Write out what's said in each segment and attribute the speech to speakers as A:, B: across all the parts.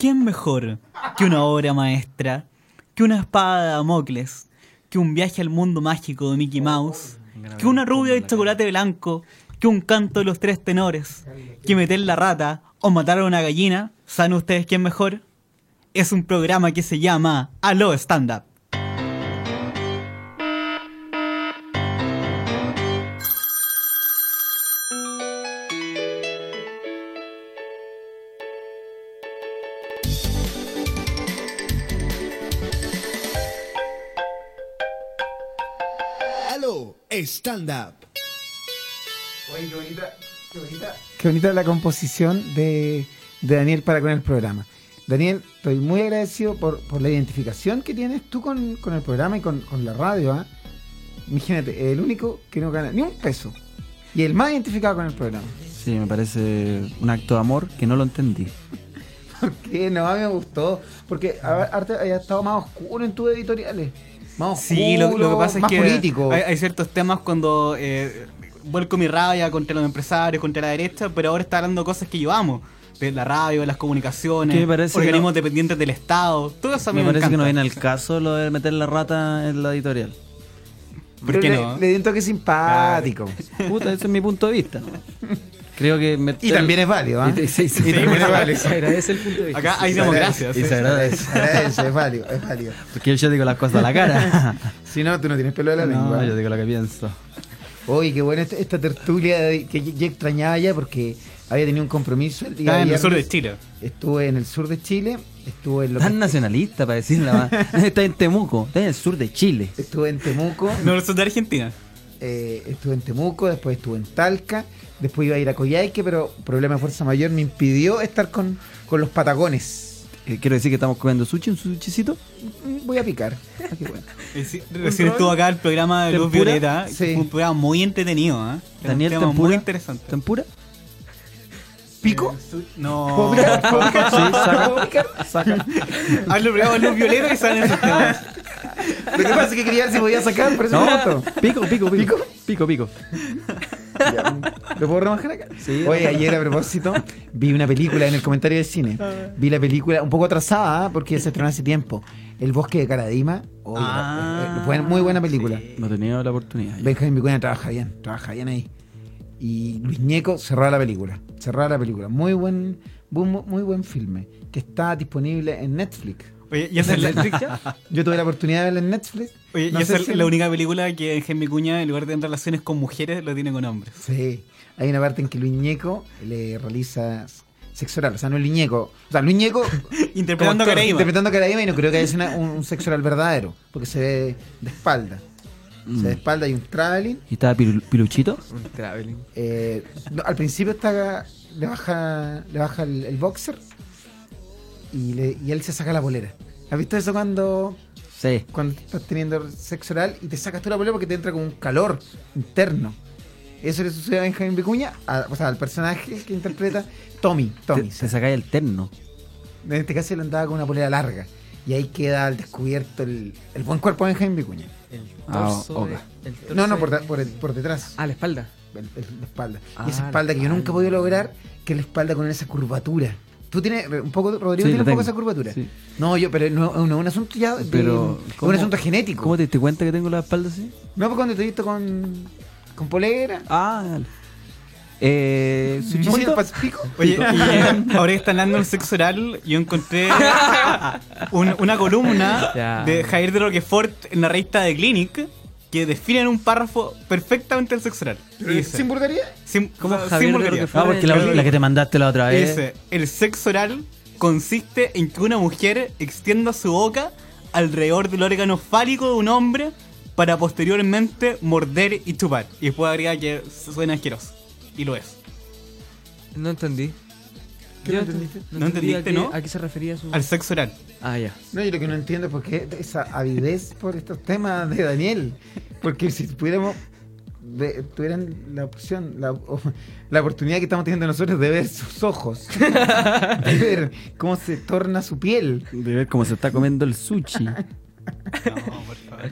A: ¿Quién mejor que una obra maestra, que una espada de Damocles, que un viaje al mundo mágico de Mickey Mouse, que una rubia de chocolate blanco, que un canto de los tres tenores, que meter la rata o matar a una gallina? ¿Saben ustedes quién mejor? Es un programa que se llama Aló Stand Up.
B: Aló, stand up.
C: Oye, qué bonita, qué bonita.
D: Qué bonita la composición de, de Daniel para con el programa. Daniel, estoy muy agradecido por, por la identificación que tienes tú con, con el programa y con, con la radio. ¿ah? Imagínate, el único que no gana ni un peso. Y el más identificado con el programa.
E: Sí, me parece un acto de amor que no lo entendí.
D: Porque no, a mí me gustó. Porque a- arte haya estado más oscuro en tus editoriales. Más oscuro,
A: Sí, lo, lo que pasa es
D: más
A: que
D: político.
A: Hay, hay ciertos temas cuando eh, vuelco mi rabia contra los empresarios, contra la derecha, pero ahora está hablando de cosas que yo amo. De la radio, de las comunicaciones,
E: Que me parece que
A: organismos
E: no-
A: dependientes del Estado, todo eso a mí
E: Me
A: me,
E: parece que no
A: encanta.
E: viene al caso lo de meter la rata en la editorial.
A: ¿Por qué
D: le,
A: no?
D: le di un toque simpático.
E: Puta, ese es mi punto de vista. Creo que meter-
D: Y también es válido, ¿ah?
E: Y, y- y-
D: Y también es válido.
E: se agradece el punto de vista.
A: Acá hay democracia.
E: Y
A: sí.
E: se agradece.
D: Se agradece, es válido, es válido.
E: Porque yo digo las cosas a la cara.
D: Si no, tú no tienes pelo de la lengua.
E: No, yo digo lo que pienso.
D: Oye, qué buena esta, esta tertulia de- que yo, yo extrañaba ya porque había tenido un compromiso el día
A: Está Ah, en el
D: viernes.
A: sur de Chile.
D: Estuve en el sur de Chile, estuve en, lo
E: Tan
D: que-
E: nacionalista para decirla más. Está en Temuco, está en el sur de Chile.
D: estuve en Temuco,
A: No, el sur de Argentina.
D: eh, estuve en Temuco, después estuve en Talca, después iba a ir a Coyhaique, pero problema de fuerza mayor me impidió estar con, con los patagones.
E: Eh, Quiero decir que estamos comiendo sushi, un sushicito.
D: Mm, Voy a picar. Ah, qué bueno.
A: Eh, sí, Recién estuvo acá el programa de Luz
E: ¿Tempura?
A: Violeta, que
D: Sí.
A: fue un programa muy entretenido. ¿eh? Era
E: Daniel
A: un tema
E: Tempura.
A: muy interesante.
E: ¿Tempura?
D: ¿Pico?
A: No. Oh.
D: ¿Puedo picar? ¿Puedo picar?
E: Sí,
D: ¿Puedo
E: saca.
D: picar?
E: Saca.
A: Hazlo programa Luz Violeta y salen esos temas.
D: Lo que pasa es que quería ver si podía sacar, por eso me
E: No,
D: gustó.
E: pico, pico, pico. Pico, pico.
D: ¿Lo puedo remajar acá?
E: Sí.
D: Oye, ayer a propósito, vi una película en el comentario del cine. Vi la película un poco atrasada, ¿ah? porque se estrenó hace tiempo. El bosque de Caradima. Oye,
A: Ah,
D: eh, buena- muy buena película.
E: No he tenido la oportunidad.
D: Benjamín Vicuña trabaja bien, trabaja bien ahí. Y Luis Ñeco cerró la película. Cerró la película. Muy buen, bu- muy, buen filme. Que está disponible en Netflix.
A: Oye, ya salió.
D: Yo tuve la oportunidad de verla en Netflix.
A: Oye,
D: No
A: y
D: sé
A: esa es
D: si-
A: la única película que Jaime Cuña, en lugar de en relaciones con mujeres, lo tiene con hombres.
D: Sí, hay una parte en que Luis Ñeco le realiza sexo oral. O sea, no es Luis Ñeco. O sea, Luis Ñeco. como
A: Interpretando
D: actor,
A: a Caraíba.
D: Interpretando a Caraíba y no creo que haya sido una- un, un sexo oral verdadero. Porque se ve de espalda. Se ve de espalda y un traveling.
E: ¿Y estaba Piru- Piruchito?
C: Un traveling.
D: Eh, no, al principio está, le baja, le baja el, el boxer y, le- y él se saca la polera. ¿Has visto eso cuando,
E: Sí.
D: cuando estás teniendo sexo oral y te sacas tú la polera porque te entra como un calor interno? Eso le sucede a Benjamín Vicuña, a- o sea, al personaje que interpreta Tommy.
E: Te,
D: Tommy.
E: te sacáis el terno.
D: En este caso él andaba con una polera larga y ahí queda al descubierto el, el buen cuerpo de Benjamín Vicuña.
C: El
E: Ah,
C: torso.
E: ok.
C: de- el torso
D: No, no, por,
C: de-
D: de- por, por detrás.
C: Ah, la espalda.
D: el- el- la espalda.
E: Ah,
D: y esa
E: la
D: espalda que yo nunca he podido lograr, que es la espalda con esa curvatura. Tú tienes, eh, un poco, Rodrigo,
E: Sí,
D: tiene
E: la
D: un poco
E: tengo.
D: esa curvatura.
E: Sí.
D: No, yo, pero no no, es un asunto ya, de-
E: Pero,
D: es
E: ¿cómo-
D: un asunto genético.
E: ¿Cómo te diste cuenta que tengo la espalda así?
D: No, pues cuando te he visto con, con polera,
E: Ah, dale.
A: Mm.
E: Eh,
D: muy
E: ¿Suchicito?
D: pacífico.
A: Oye, y eh, ahora que están hablando del sexo oral, yo encontré un- una columna
C: Ya.
A: de Jair de Roquefort en la revista de Clinic que define en un párrafo perfectamente el sexo oral. Y dice-
D: ¿Sin vulgaridad?
A: sin- o sea, sin
C: Javier de
A: vulgaridad.
C: Roquefort?
E: Ah, porque la, la que te mandaste la otra
A: Y
E: vez.
A: Dice, el sexo oral consiste en que una mujer extienda su boca alrededor del órgano fálico de un hombre para posteriormente morder y chupar. Y después agrega que suena asqueroso. Y lo es.
C: No entendí.
D: ¿Qué no entendiste?
A: ¿No
C: entendí
A: entendiste,
C: a
A: no?
C: qué- ¿A qué se refería su.?
A: Al sexo oral.
C: Ah, ya.
D: No, yo lo que no entiendo es por qué esa avidez por estos temas de Daniel. Porque si pudiéramos, ve- tuvieran la opción, la, o- la oportunidad que estamos teniendo nosotros de ver sus ojos, de ver cómo se torna su piel.
E: De ver cómo se está comiendo el sushi.
A: No, por favor.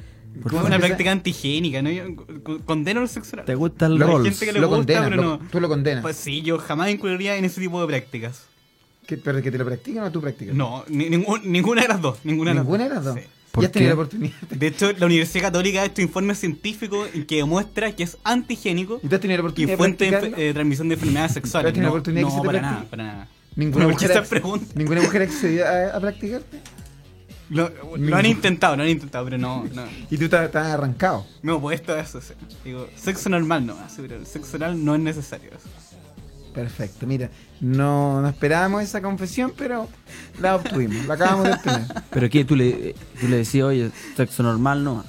A: es
D: Por favor.
A: una práctica antihigiénica, ¿no? Yo co- condeno el sexo
E: ¿Te
A: oral. Pues
E: gusta el
D: Lo-
A: Hay
E: rolls?
A: gente que le
D: Lo
A: gusta,
D: condenas,
A: pero
D: lo-
A: no.
D: tú lo condenas.
A: Pues sí, yo jamás incluiría en ese tipo de prácticas.
D: Que, ¿Pero que te lo practiquen o tú practicas?
A: No, ni- ningún- ninguna de las dos. Ninguna de las
D: Ninguna de
A: dos.
D: las dos.
A: Sí.
E: ¿Por
D: Ya has tenido
E: qué?
D: la oportunidad.
A: De hecho, la Universidad Católica ha hecho informes científicos en que demuestra que es antihigiénico
D: ¿Y tú has tenido la
A: y
D: oportunidad de
A: fuente de
D: practicarlo?
A: enfe- eh, transmisión de enfermedades sexuales.
D: tenido
A: No,
D: la oportunidad que
A: no,
D: se te
A: para
D: practique?
A: nada, para nada.
D: Ninguna
A: Pero
D: mujer,
A: esa
D: ac-
A: pregunta.
D: ninguna mujer accedió a, a practicar.
A: Lo, lo han intentado, lo han intentado, pero no, no.
D: Y tú estás estás arrancado.
A: Me he opuesto a eso, sí. Digo, sexo normal no, así, pero el sexo oral no es necesario.
D: Perfecto, mira. No, no esperábamos esa confesión, pero la obtuvimos. La acabamos de obtener.
E: Pero que tú le, tú le decías, oye, sexo normal no.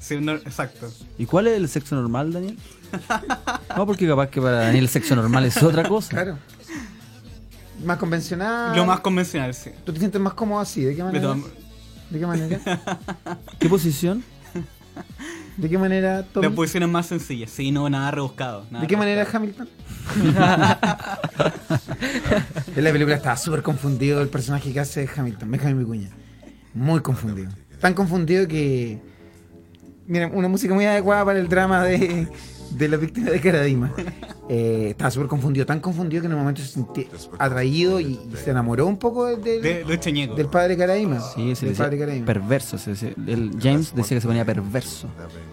A: Sí, no- exacto.
E: ¿Y cuál es el sexo normal, Daniel? No, porque capaz que para Daniel el sexo normal es otra cosa.
D: Claro. Más convencional.
A: Lo más convencional, sí.
D: ¿Tú te sientes más cómodo así? ¿De qué
A: De
D: manera?
A: todas-
D: ¿De qué manera?
E: ¿Qué posición?
D: ¿De qué manera, Tommy?
A: las posiciones más sencillas, sí, no, nada rebuscado. nada
D: ¿De qué manera
A: rebuscado.
D: Hamilton? en la película estaba súper confundido el personaje que hace Hamilton, Benjamin Vicuña. Muy confundido. Tan confundido que. Mira, una música muy adecuada para el drama de, de la víctima de Caradima. Eh, estaba súper confundido, tan confundido que en un momento se sintió atraído y, y se enamoró un poco del,
A: De Luis Cheñeco.
D: del padre Caradima.
E: Sí, se
D: del
E: le
D: Ah, padre
E: decía
D: Caradima.
E: perverso. se decía. El James decía que se ponía perverso.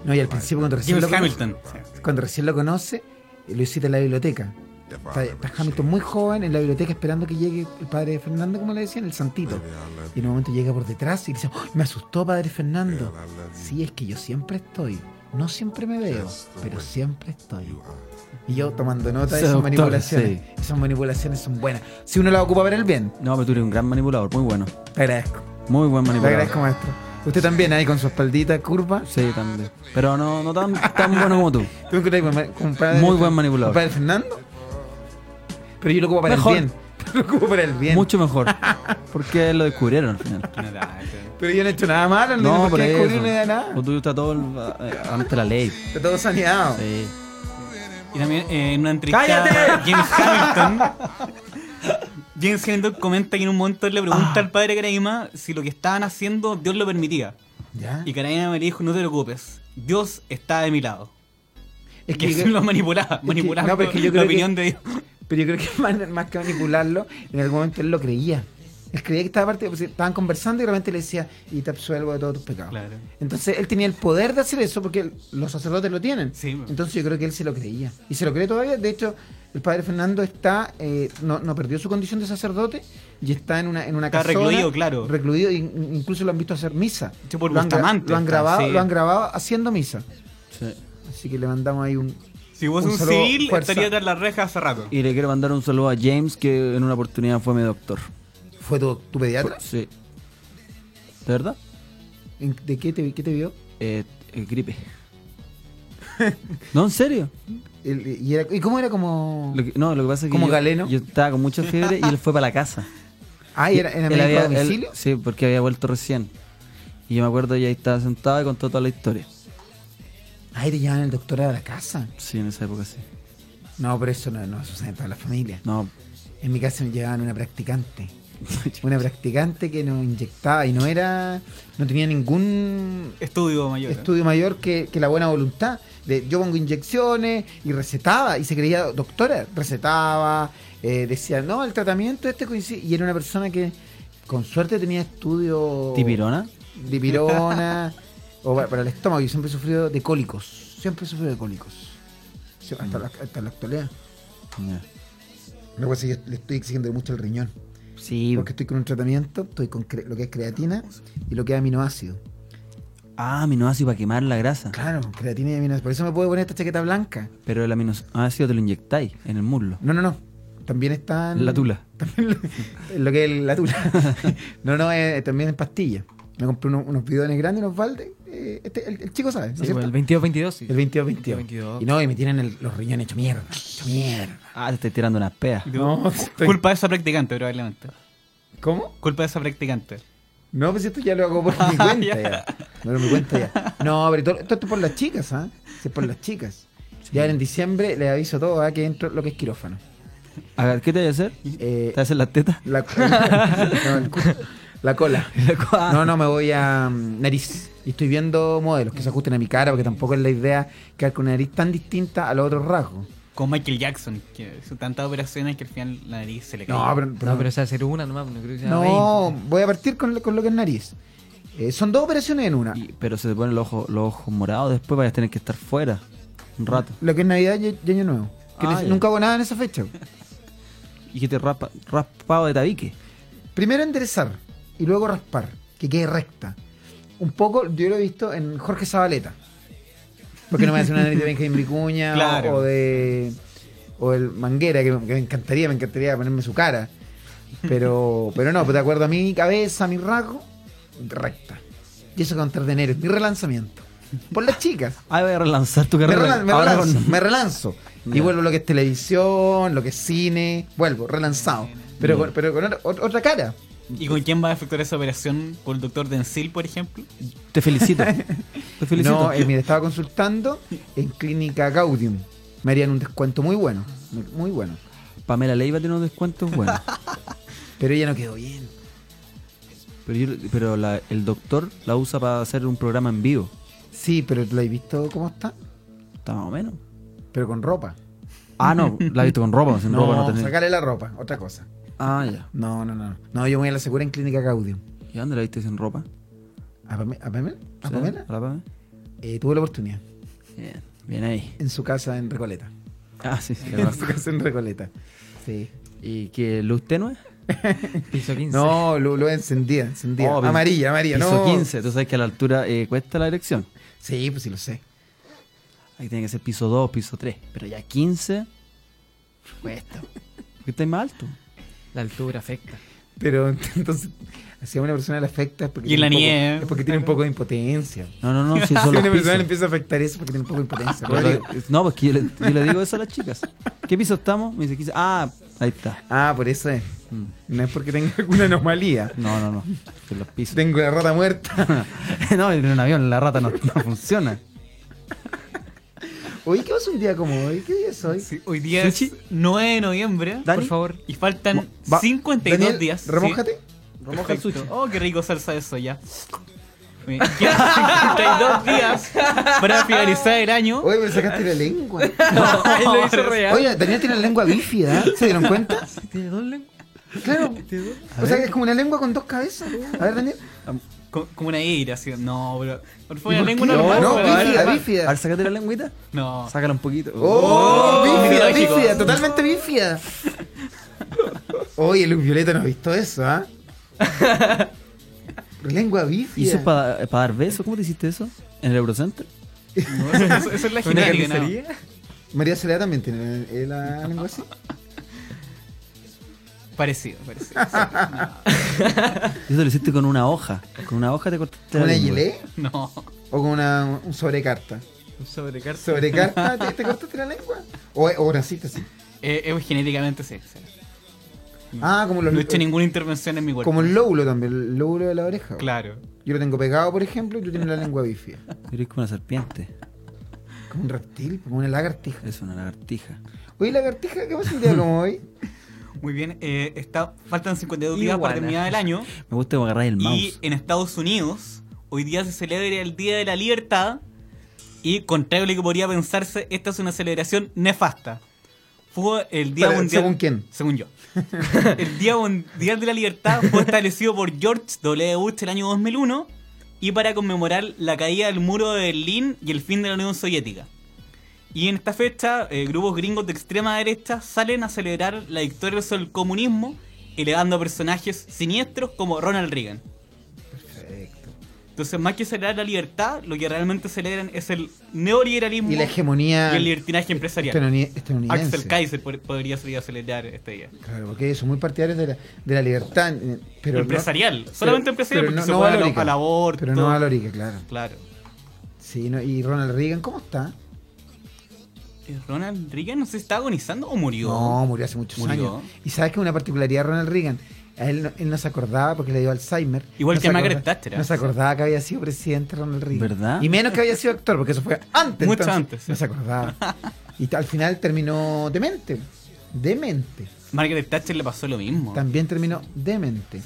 D: No, y al principio cuando recién
A: James
D: lo conoce-
A: Hamilton. sí.
D: cuando recién lo conoce, lo visita en la biblioteca. Está, está Hamilton muy joven en la biblioteca esperando que llegue el padre de Fernando, como le decían, el santito. Y en un momento llega por detrás y dice, "Oh, me asustó padre Fernando. Sí, es que yo siempre estoy. No siempre me veo, pero siempre estoy. Y yo tomando nota de
E: Sí,
D: esas
E: doctor,
D: manipulaciones. Esas manipulaciones son buenas. Si uno las ocupa para el bien,
E: No, pero tú eres un gran manipulador, muy bueno.
D: te agradezco.
E: Muy buen
D: Te
E: manipulador.
D: agradezco, maestro. Usted también ahí con su espaldita curva.
E: Sí, también. Pero no, no tan, tan bueno como tú.
D: ¿Tú me encontrás con- con padre-
E: Muy buen manipulador.
D: con padre Fernando? Pero yo lo ocupo para
E: Mejor.
D: el bien. Lo ocupo para el bien.
E: Mucho mejor. Porque lo descubrieron al final.
A: Nada, sí.
D: Pero yo no he hecho nada malo, no,
E: No,
D: tengo por
E: por
D: qué descubrir una idea
E: eso.
D: nada.
E: Tú está todo el- eh, ante la ley.
D: Está todo saneado.
E: Sí.
A: Y también eh, en una entrevista
E: ¡Cállate!
A: James Hamilton. James Hamilton comenta que en un momento él le pregunta al padre Caraima si lo que estaban haciendo Dios lo permitía.
D: ¿Ya?
A: Y Caraima me dijo, no te preocupes, Dios está de mi lado.
D: Es
A: que
D: que
A: eso
D: yo-
A: lo manipulaba,
D: que-
A: manipulando
D: no, pero es que yo
A: la
D: creo que-
A: opinión de Dios.
D: Pero yo creo que más, más que manipularlo, en algún momento él lo creía. Él creía que estaba parte, pues, estaban conversando y de repente le decía, y te absuelvo de todos tus pecados.
A: Claro.
D: Entonces él tenía el poder de hacer eso porque el- los sacerdotes lo tienen.
A: Sí, pues.
D: Entonces yo creo que él se lo creía. Y se lo cree todavía. De hecho, el padre Fernando está eh, no, no perdió su condición de sacerdote y está en una, en una
A: Está
D: casona,
A: recluido, claro.
D: Recluido, in- in- incluso lo han visto hacer misa.
A: Sí, por
D: lo, han gra-
A: Bustamante
D: lo han
A: está,
D: grabado,
A: sí.
D: lo han grabado haciendo misa.
E: Sí.
D: Así que le mandamos ahí un.
A: Si vos
D: Un
A: un,
D: solo
A: civil,
D: fuerza.
A: estaría tras la reja hace rato.
E: Y le quiero mandar un saludo a James, que en una oportunidad fue mi doctor.
D: ¿Fue tu, tu pediatra?
E: Sí. ¿De verdad?
D: ¿En- ¿De qué te, qué te vio?
E: Eh, eh, gripe. no, en serio.
D: El- y, era- ¿y cómo era como.?
E: Lo que- no, lo que pasa es que.
D: Como
E: yo,
D: galeno.
E: Yo estaba con mucha fiebre y él fue para la casa.
D: Ah, ¿y era, era
E: Él
D: médico
E: había-
D: a
E: él-
D: domicilio?
E: sí, porque había vuelto recién. Y yo me acuerdo que ahí estaba sentado y contó toda la historia.
D: Ah, y te llevaban el doctor a la casa.
E: Sí, en esa época sí.
D: No, pero eso no, no sucede en todas las familias.
E: No,
D: En mi casa me llevaban una practicante. Una practicante que nos inyectaba y no era. no tenía ningún
A: Estudio mayor. ¿eh?
D: estudio mayor que, que la buena voluntad. De, yo pongo inyecciones y recetaba y se creía doctora. Recetaba, eh, decía, no, el tratamiento este coincide. Y era una persona que con suerte tenía estudio.
E: ¿Tipirona?
D: Dipirona. o para, para el estómago. Yo siempre he sufrido de cólicos. Siempre he sufrido de cólicos. Sí, Hasta, la, hasta la actualidad.
E: Ya.
D: Lo que pasa es que yo le estoy exigiendo mucho el riñón.
E: Sí.
D: Porque estoy con un tratamiento, estoy con cre- lo que es creatina y lo que es aminoácido.
E: Ah, aminoácido para quemar la grasa.
D: Claro, creatina y aminoácido. Por eso me puedo poner esta chaqueta blanca.
E: Pero el aminoácido te lo inyectáis en el muslo.
D: No, no, no. También está en-
E: La tula.
D: También lo- lo que es la tula. no, no, eh, también en pastillas. Me compré uno- unos bidones grandes, unos baldes. eh, este- el, el chico sabe, ¿no
C: Sí,
D: es
E: pues,
D: cierto?
C: el 22-22, sí.
D: El 22-22.
C: 22.
D: Y no, y me tienen el- los riñones hecho mierda. Hecho mierda.
E: Ah, te estoy tirando unas peas.
D: No, estoy-
A: Culpa de esa practicante, probablemente.
D: ¿Cómo?
A: Culpa de esa practicante.
D: No, pues esto ya lo hago por mi cuenta ya. No, por mi cuenta ya. No, pero todo, todo esto es por las chicas, ¿ah? Sí, es por las chicas. Ya en diciembre les aviso todo, ¿ah? Que entro lo que es quirófano.
E: A ver, ¿qué te voy a hacer? ¿Te
D: Eh,
E: vas a hacer las tetas?
D: La, no, el cu- la cola. No, no, me voy a mm, nariz. Y estoy viendo modelos que se ajusten a mi cara, porque tampoco es la idea quedar con una nariz tan distinta a los otros rasgos.
A: con Michael Jackson, que hizo tantas operaciones que al final la nariz se le cayó.
D: No, pero, pero-
C: No, pero se va a hacer una nomás, no creo que sea
D: no, voy a partir con, con lo que es nariz. Eh, son dos operaciones en una.
E: Y- pero se te ponen los ojos, los ojos morados después, vayas a tener que estar fuera
D: Ah.
E: un rato.
D: Lo que es Navidad y, y Año Nuevo. Que
E: Ah,
D: les-
E: ya.
D: nunca hago nada en esa fecha.
E: Y que te raspa, raspado de tabique.
D: Primero enderezar y luego raspar, que quede recta. Un poco, yo lo he visto en Jorge Zabaleta. Porque no me hace una nariz de Benjamín Bricuña o-
A: Claro.
D: o de. O el Manguera, que, que me encantaría, me encantaría ponerme su cara. Pero, pero no, pues de acuerdo a mi cabeza, a mi rasgo, recta. Y eso con 3 de enero, es mi relanzamiento. Por las chicas.
E: Ah, voy a relanzar tu
D: Me,
E: carrera.
D: relan- me
E: Ahora
D: relanzo,
E: con-
D: me relanzo. Y
E: Ya.
D: vuelvo lo que es televisión, lo que es cine, vuelvo, relanzado. Pero, con- pero con otra- otra cara.
A: ¿Y con quién va a efectuar esa operación? ¿Con el doctor Denzil, por ejemplo?
E: Te felicito. Te felicito.
D: No, eh, mira, estaba consultando en Clínica Gaudium. Me harían un descuento muy bueno, muy- muy bueno.
E: Pamela Leiva tiene unos descuentos buenos.
D: Pero ella no quedó bien.
E: Pero, yo- pero la- el doctor la usa para hacer un programa en vivo.
D: Sí, pero ¿la he visto cómo está?
E: Está más o menos.
D: Pero con ropa.
E: Ah, no, la he visto con ropa. Sin ropa no
D: No,
E: tenía.
D: sacarle la ropa, otra cosa.
E: Ah, ya.
D: No, no, no. No, yo me voy a la segura en Clínica Gaudium.
E: ¿Y dónde la viste sin ropa?
D: ¿A Pame- a Pamela? ¿A
E: ¿Sí?
D: Pamela?
E: ¿A la Pamela?
D: Eh, tuve la oportunidad.
E: Bien, bien ahí.
D: En su casa en Recoleta.
E: Ah, sí, sí. la
D: En su
E: conozco.
D: casa en Recoleta. Sí.
E: ¿Y qué luz tenue?
C: Piso 15.
D: No, lo, lo encendía, encendía.
E: Oh, pero-
D: amarilla, amarilla.
E: Piso
D: no.
E: 15. Tú sabes que a la altura eh, cuesta la erección.
D: Sí, pues sí lo sé.
E: Ahí tiene que ser piso 2, piso 3. Pero ya 15 cuesta. Porque está más alto.
C: La altura afecta.
D: Pero entonces, si a una persona le afecta es porque,
A: Y en la
D: tiene un poco-
A: nieve. Ah.
D: es porque tiene un poco de impotencia.
E: No, no, no, si
D: Si
E: son
D: una
E: los
D: persona le
E: pisos.
D: empieza a afectar eso porque tiene un poco de impotencia.
E: Yo
D: Rodrigo.
E: le- No, pues que yo le, yo le digo eso a las chicas. ¿Qué piso estamos? Me dice 15. Ah, ahí está. Mm,
D: Ah, por eso es. No es porque tenga alguna anomalía.
E: No, no, no. Que los pisos.
D: Tengo la rata muerta.
E: no, en un avión la rata no, no funciona.
D: Oye, ¿qué pasa un día como hoy? ¿Qué día es hoy?
A: Hoy día es 9 de noviembre.
E: Dani,
C: Por favor.
A: Y faltan
D: Va,
A: 52
D: Daniel,
A: días.
D: Remójate.
E: Remoja el sushi.
A: Oh, qué rico salsa de soya. Me Quedan 52 días para finalizar el año.
D: Oye, me sacaste la lengua.
C: Ahí lo hizo real.
D: Oye, Daniel tiene la lengua bífida. ¿eh? ¿Se dieron cuenta?
C: ¿Tiene dos lenguas?
D: Claro. O sea, que es como una lengua con dos cabezas. A ver, Daniel.
A: Co- Como una ira, así. No, bro. Por favor, la
D: ¿Por
A: lengua
D: qué?
A: normal.
D: No,
A: pero-
D: bífida,
E: a ver,
D: bífida.
E: A ver, sácate la lengüita.
A: No.
E: Sácala un poquito.
D: ¡Oh!
A: Oh,
D: bífida,
A: mitológico.
D: bífida, totalmente bífida. Oye, Luz Violeta no ha visto eso, ¿ah? Lengua
E: ¿Y eso es
D: bífida.
E: para para dar besos? ¿Cómo te hiciste eso? ¿En el Eurocenter?
A: No, eso, eso- eso es la
C: ¿Una
A: genética, ¿no?
C: carnicería?
D: María Soledad también tiene eh, la lengua así.
A: Ah, Parecido, parecido. sí.
E: Eso lo hiciste con una hoja. Con una hoja te cortaste
D: ¿Con
E: la
D: una
E: lengua.
D: gilet
A: No.
D: o con una, un sobrecarta?
C: Un sobrecarso.
D: ¿Sobrecarta te, te cortaste la lengua? ¿O, o naciste así?
A: Eh, es genéticamente sí. sí.
D: Ah, como los eh,
A: No he hecho ninguna intervención en mi cuerpo.
D: Como el lóbulo también, el lóbulo de la oreja.
A: Claro.
D: Yo lo tengo pegado, por ejemplo, y tú tienes la lengua bífida.
E: Eres como una serpiente.
D: Como un reptil, como una lagartija.
E: Es una lagartija.
D: Oye, lagartija, ¿qué pasa un día como hoy?
A: Muy bien. eh, está, faltan 52 días para
C: Iguana.
A: terminar el año.
E: Me gusta como agarrar el
A: Y
E: mouse.
A: en Estados Unidos, hoy día se celebra el Día de la Libertad. Y contrario a lo que podría pensarse, esta es una celebración nefasta. Fue el Día
D: Pero,
A: Mundial.
D: ¿según quién?
A: Según yo. el Día Mundial de la Libertad fue establecido por George W. Bush el año 2001 y para conmemorar la caída del muro de Berlín y el fin de la Unión Soviética. Y en esta fecha, eh, grupos gringos de extrema derecha salen a celebrar la victoria sobre el comunismo, elevando a personajes siniestros como Ronald Reagan.
D: Perfecto.
A: Entonces, más que celebrar la libertad, lo que realmente celebran es el neoliberalismo
D: Y la hegemonía
A: y el libertinaje empresarial.
D: estadouni- estadounidense.
A: Axel Kaiser por- podría salir a celebrar este día.
D: Claro, porque ellos son muy partidarios de la, de la libertad. eh, Pero
A: empresarial,
D: no-
A: solamente
D: pero-
A: empresarial,
D: pero
A: porque
D: no-
A: se
D: no
A: puede al-
D: valórica.
A: al aborto.
D: Pero no valórica, claro.
A: Claro.
D: Sí, no, y Ronald Reagan, ¿cómo está?
A: Eh, ¿Ronald Reagan no se está agonizando o murió?
D: No, murió hace muchos
A: Murió.
D: años. Y sabes que una particularidad de Ronald Reagan, a él no, él no se acordaba porque le dio Alzheimer.
A: Igual
D: No
A: que
D: se
A: Margaret
D: acordaba-
A: Thatcher, ¿eh?
D: No se acordaba que había sido presidente Ronald Reagan.
E: ¿Verdad?
D: Y menos que había sido actor, porque eso fue antes.
A: Mucho
D: entonces,
A: antes, sí.
D: No se acordaba. Y t- al final terminó demente. Demente.
A: Margaret Thatcher le pasó lo mismo.
D: También terminó demente.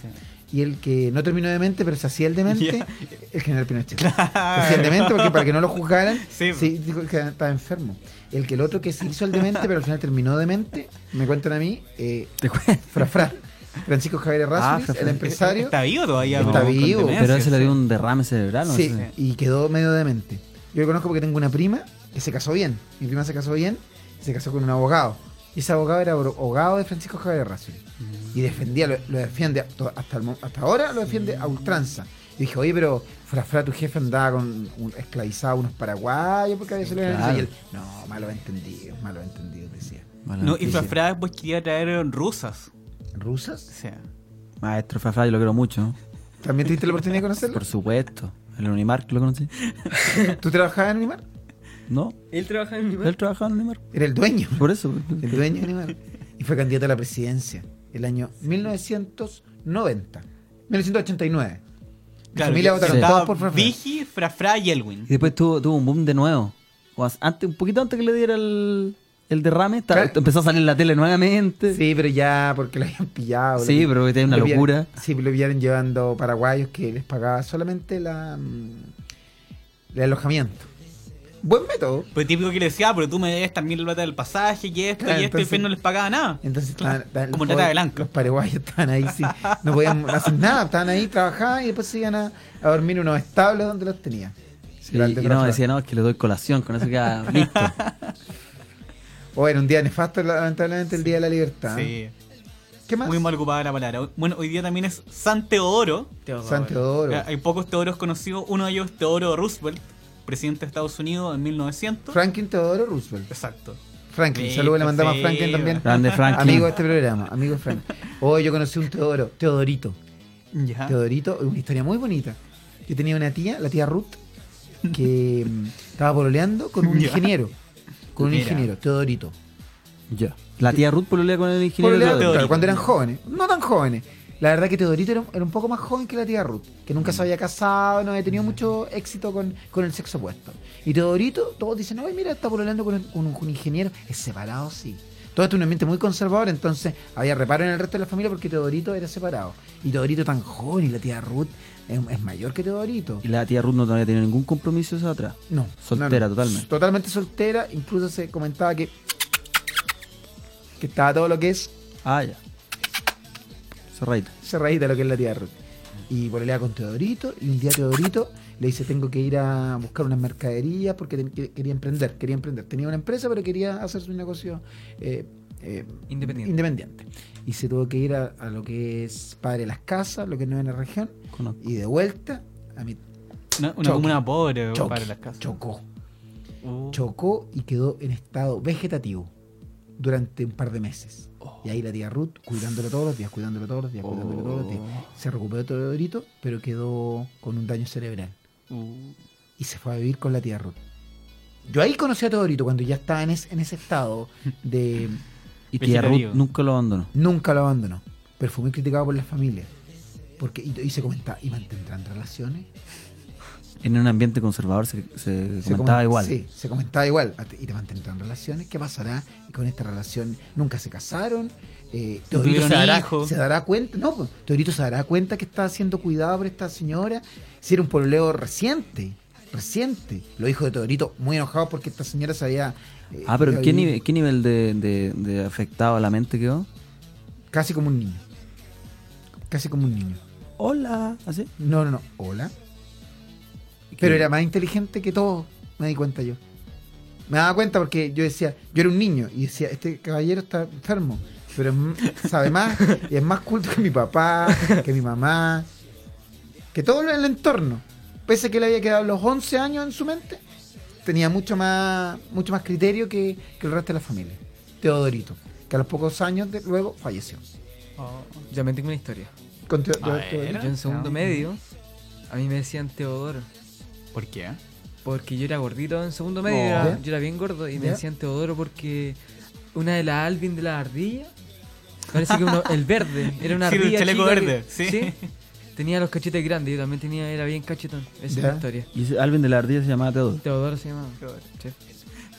D: y el que no terminó demente, pero se hacía el demente,
A: Ya.
D: el general Pinochet. Se hacía el demente porque para que no lo juzgaran,
A: Sí.
E: pues.
D: sí, dijo que estaba enfermo. El que el otro que se hizo el demente, pero al final terminó demente, me cuentan a mí, eh,
E: Te cuento.
D: Frafra, Francisco Javier
E: Ah,
D: Errázuriz,
E: Frafra.
D: el empresario,
A: Está vivo todavía.
D: Está
A: con- con
D: vivo.
A: demencia,
E: Pero ese le dio
A: sí.
E: un derrame cerebral, Ah, ¿no?
D: sí,
E: sé.
D: y quedó medio demente. Yo lo conozco porque tengo una prima que se casó bien. Mi prima se casó bien, se casó con un abogado. Y ese abogado era abro- abogado de Francisco Javier Errázuriz.
E: Mm.
D: Y defendía, lo, lo defiende a- to- hasta, el mo- hasta ahora, lo defiende a ultranza. Y dije, oye, pero Frafra, tu jefe andaba con un, esclavizado a unos paraguayos porque había salido en el-
E: claro.
D: y él, no, malo entendido, malo entendido, decía.
E: Bueno,
A: No, y
D: Sí, sí.
A: Frafra después quería traer rusas.
D: ¿Rusas?
A: O sea,
E: Maestro Frafra, yo lo quiero mucho.
D: ¿También tuviste la oportunidad de conocerlo?
E: Por supuesto. El Unimark, ¿lo conocí?
D: ¿Tú trabajabas en Animar?
E: No,
C: Él trabaja en mi
E: él trabajaba en el Unimark.
D: Era el dueño.
E: Por eso. pues.
D: El dueño de Animal. Y fue candidato a la presidencia el año 1990. 1989. Mi
A: claro,
D: familia
A: que-
D: votaron
A: estaba
D: todos por Frafra.
A: Vigi, Frafra y Elwin.
E: Y después tuvo, tuvo un boom de nuevo. O as- Antes, un poquito antes que le diera el, el derrame, ta-
D: Claro.
E: empezó a salir en la tele nuevamente.
D: Sí, pero ya porque lo habían pillado. lo
E: Sí,
D: pi-
E: pero porque tenía una
D: lo pillaron-
E: locura.
D: Sí, lo pillaron llevando paraguayos que les pagaba solamente la mm, el alojamiento. Buen método.
A: Pues típico que le decía, ah, pero tú me debes también la plata del pasaje, y esto,
D: Claro,
A: y esto, y
D: entonces-
A: pues no les pagaba nada.
D: Entonces
A: Claro,
D: estaban- estaban-
A: como
D: los,
A: trata de
D: pobres-
A: blanco.
D: los paraguayos estaban ahí, sí, no podían hacer nada, estaban ahí, trabajaban y después se iban a, a dormir en unos establos donde los tenían.
E: Sí, y no, decía, no, es que le doy colación, con eso queda listo.
D: O era un día nefasto, lamentablemente, el Día de la Libertad.
A: Sí.
D: ¿Qué más?
A: Muy mal ocupada la palabra. Bueno, hoy día también es San Teodoro.
D: San Teodoro.
A: Eh, Hay pocos Teodoros conocidos. Uno de ellos, Teodoro Roosevelt, presidente de Estados Unidos en 1900.
D: Franklin Teodoro Roosevelt.
A: Exacto.
D: Franklin,
A: Sí,
D: saludos, le
A: pues
D: mandamos
A: sí,
D: a Franklin también.
E: Grande Franklin.
D: Amigo de este programa, amigo de Franklin. Hoy yo conocí un Teodoro, Teodorito. Mm,
A: Ya.
D: Teodorito, una historia muy bonita. Yo tenía una tía, la tía Ruth, que mm, estaba pololeando con un
A: Ya.
D: ingeniero. Con un
A: Mira.
D: ingeniero, Teodorito.
E: Ya. La tía Ruth pololea con el ingeniero.
D: Pololeaba,
E: Teodoro.
D: claro, cuando eran jóvenes, no tan jóvenes. La verdad que Teodorito era, era un poco más joven que la tía Ruth, que
E: Mm.
D: nunca se había casado, no había tenido mucho éxito con, con el sexo opuesto. Y Teodorito, todos dicen, ay, mira, está pololeando con, un- con un, con un ingeniero, es separado, sí. Todo esto en un ambiente muy conservador, entonces había reparo en el resto de la familia porque Teodorito era separado. Y Teodorito tan joven y la tía Ruth es, es mayor que Teodorito.
E: Y la tía Ruth no había tenido ningún compromiso hacia atrás.
D: No.
E: Soltera
D: no, no.
E: totalmente.
D: Totalmente soltera, incluso se comentaba que... Que estaba todo lo que es
E: Ah, ya. Cerradita.
D: cerradita lo que es la tía Ruth. Y pololea con Teodorito, y un día Teodorito le dice, tengo que ir a buscar unas mercaderías porque ten- que- quería emprender, quería emprender. Tenía una empresa, pero quería hacer un negocio eh, eh,
C: Independiente.
D: independiente. Y se tuvo que ir a, a lo que es Padre de las Casas, lo que no es en la región,
E: Conozco.
D: y de vuelta a mi
A: Una, una
D: Choque.
A: comuna pobre
D: choque.
A: para las casas.
D: chocó.
A: Uh.
D: Chocó y quedó en estado vegetativo durante un par de meses.
A: Oh.
D: Y ahí la tía Ruth, cuidándolo todos los días, cuidándolo todos los días, cuidándolo todos los días. Se recuperó Teodorito, pero quedó con un daño cerebral.
A: Uh.
D: Y se fue a vivir con la tía Ruth. Yo ahí conocí a Teodorito cuando ya estaba en, es- en ese estado de...
E: Y tía
A: Vegetariano.
E: Ruth nunca lo abandonó.
D: Nunca lo abandonó. Pero fue muy criticado por la familia. Porque, y, y se comentaba, ¿y mantendrán relaciones?
E: En un ambiente conservador se, se
D: Se
E: comentaba
D: comen-
E: igual.
D: Sí, se comentaba igual. ¿Y te mantendrán relaciones? ¿Qué pasará con esta relación? ¿Nunca se casaron? Eh, Teodorito
A: tuvieron
D: se dará,
A: hijos.
D: se dará cuenta, no, pues, Teodorito se dará cuenta que está siendo cuidado por esta señora. Si era un pololeo reciente, reciente. Los hijos de Teodorito muy enojados porque esta señora se había. eh,
E: Ah, pero
D: ido a
E: ¿qué
D: vivir
E: nivel, qué nivel de, de- de afectado a la mente quedó?
D: Casi como un niño. Casi como un niño.
E: Hola, ¿así?
D: No, no, no. Hola. Pero era más inteligente que todo, me di cuenta yo. Me daba cuenta porque yo decía, yo era un niño y decía, este caballero está enfermo, pero es m- sabe más y es más culto que mi papá, que mi mamá, que todo lo- el entorno. Pese a que le había quedado los 11 años en su mente, tenía mucho más, mucho más criterio que, que el resto de la familia. Teodorito, que a los pocos años de, luego falleció.
C: Ya me tengo una historia.
D: Con Teo-
A: A ver.
D: Teodorito.
C: Yo en segundo
A: No.
C: medio, a mí me decían Teodoro.
A: ¿Por qué?
C: Porque yo era gordito en segundo medio,
A: Oh.
C: era-
D: ¿Ya?
C: yo era bien gordo y me
D: ¿Ya?
C: decían Teodoro porque una de las Alvin de las ardillas, parece que uno, el verde, era una
A: Sí, el
C: ardilla.
A: chaleco
C: chica que-
A: verde, sí.
C: Tenía los cachetes grandes, yo también tenía, era bien cachetón. Esa es
D: ¿Ya?
C: la historia.
E: Y ese Alvin de la Ardilla se llamaba Teodoro.
C: Teodoro se llamaba.
A: Teodoro.
C: Sí,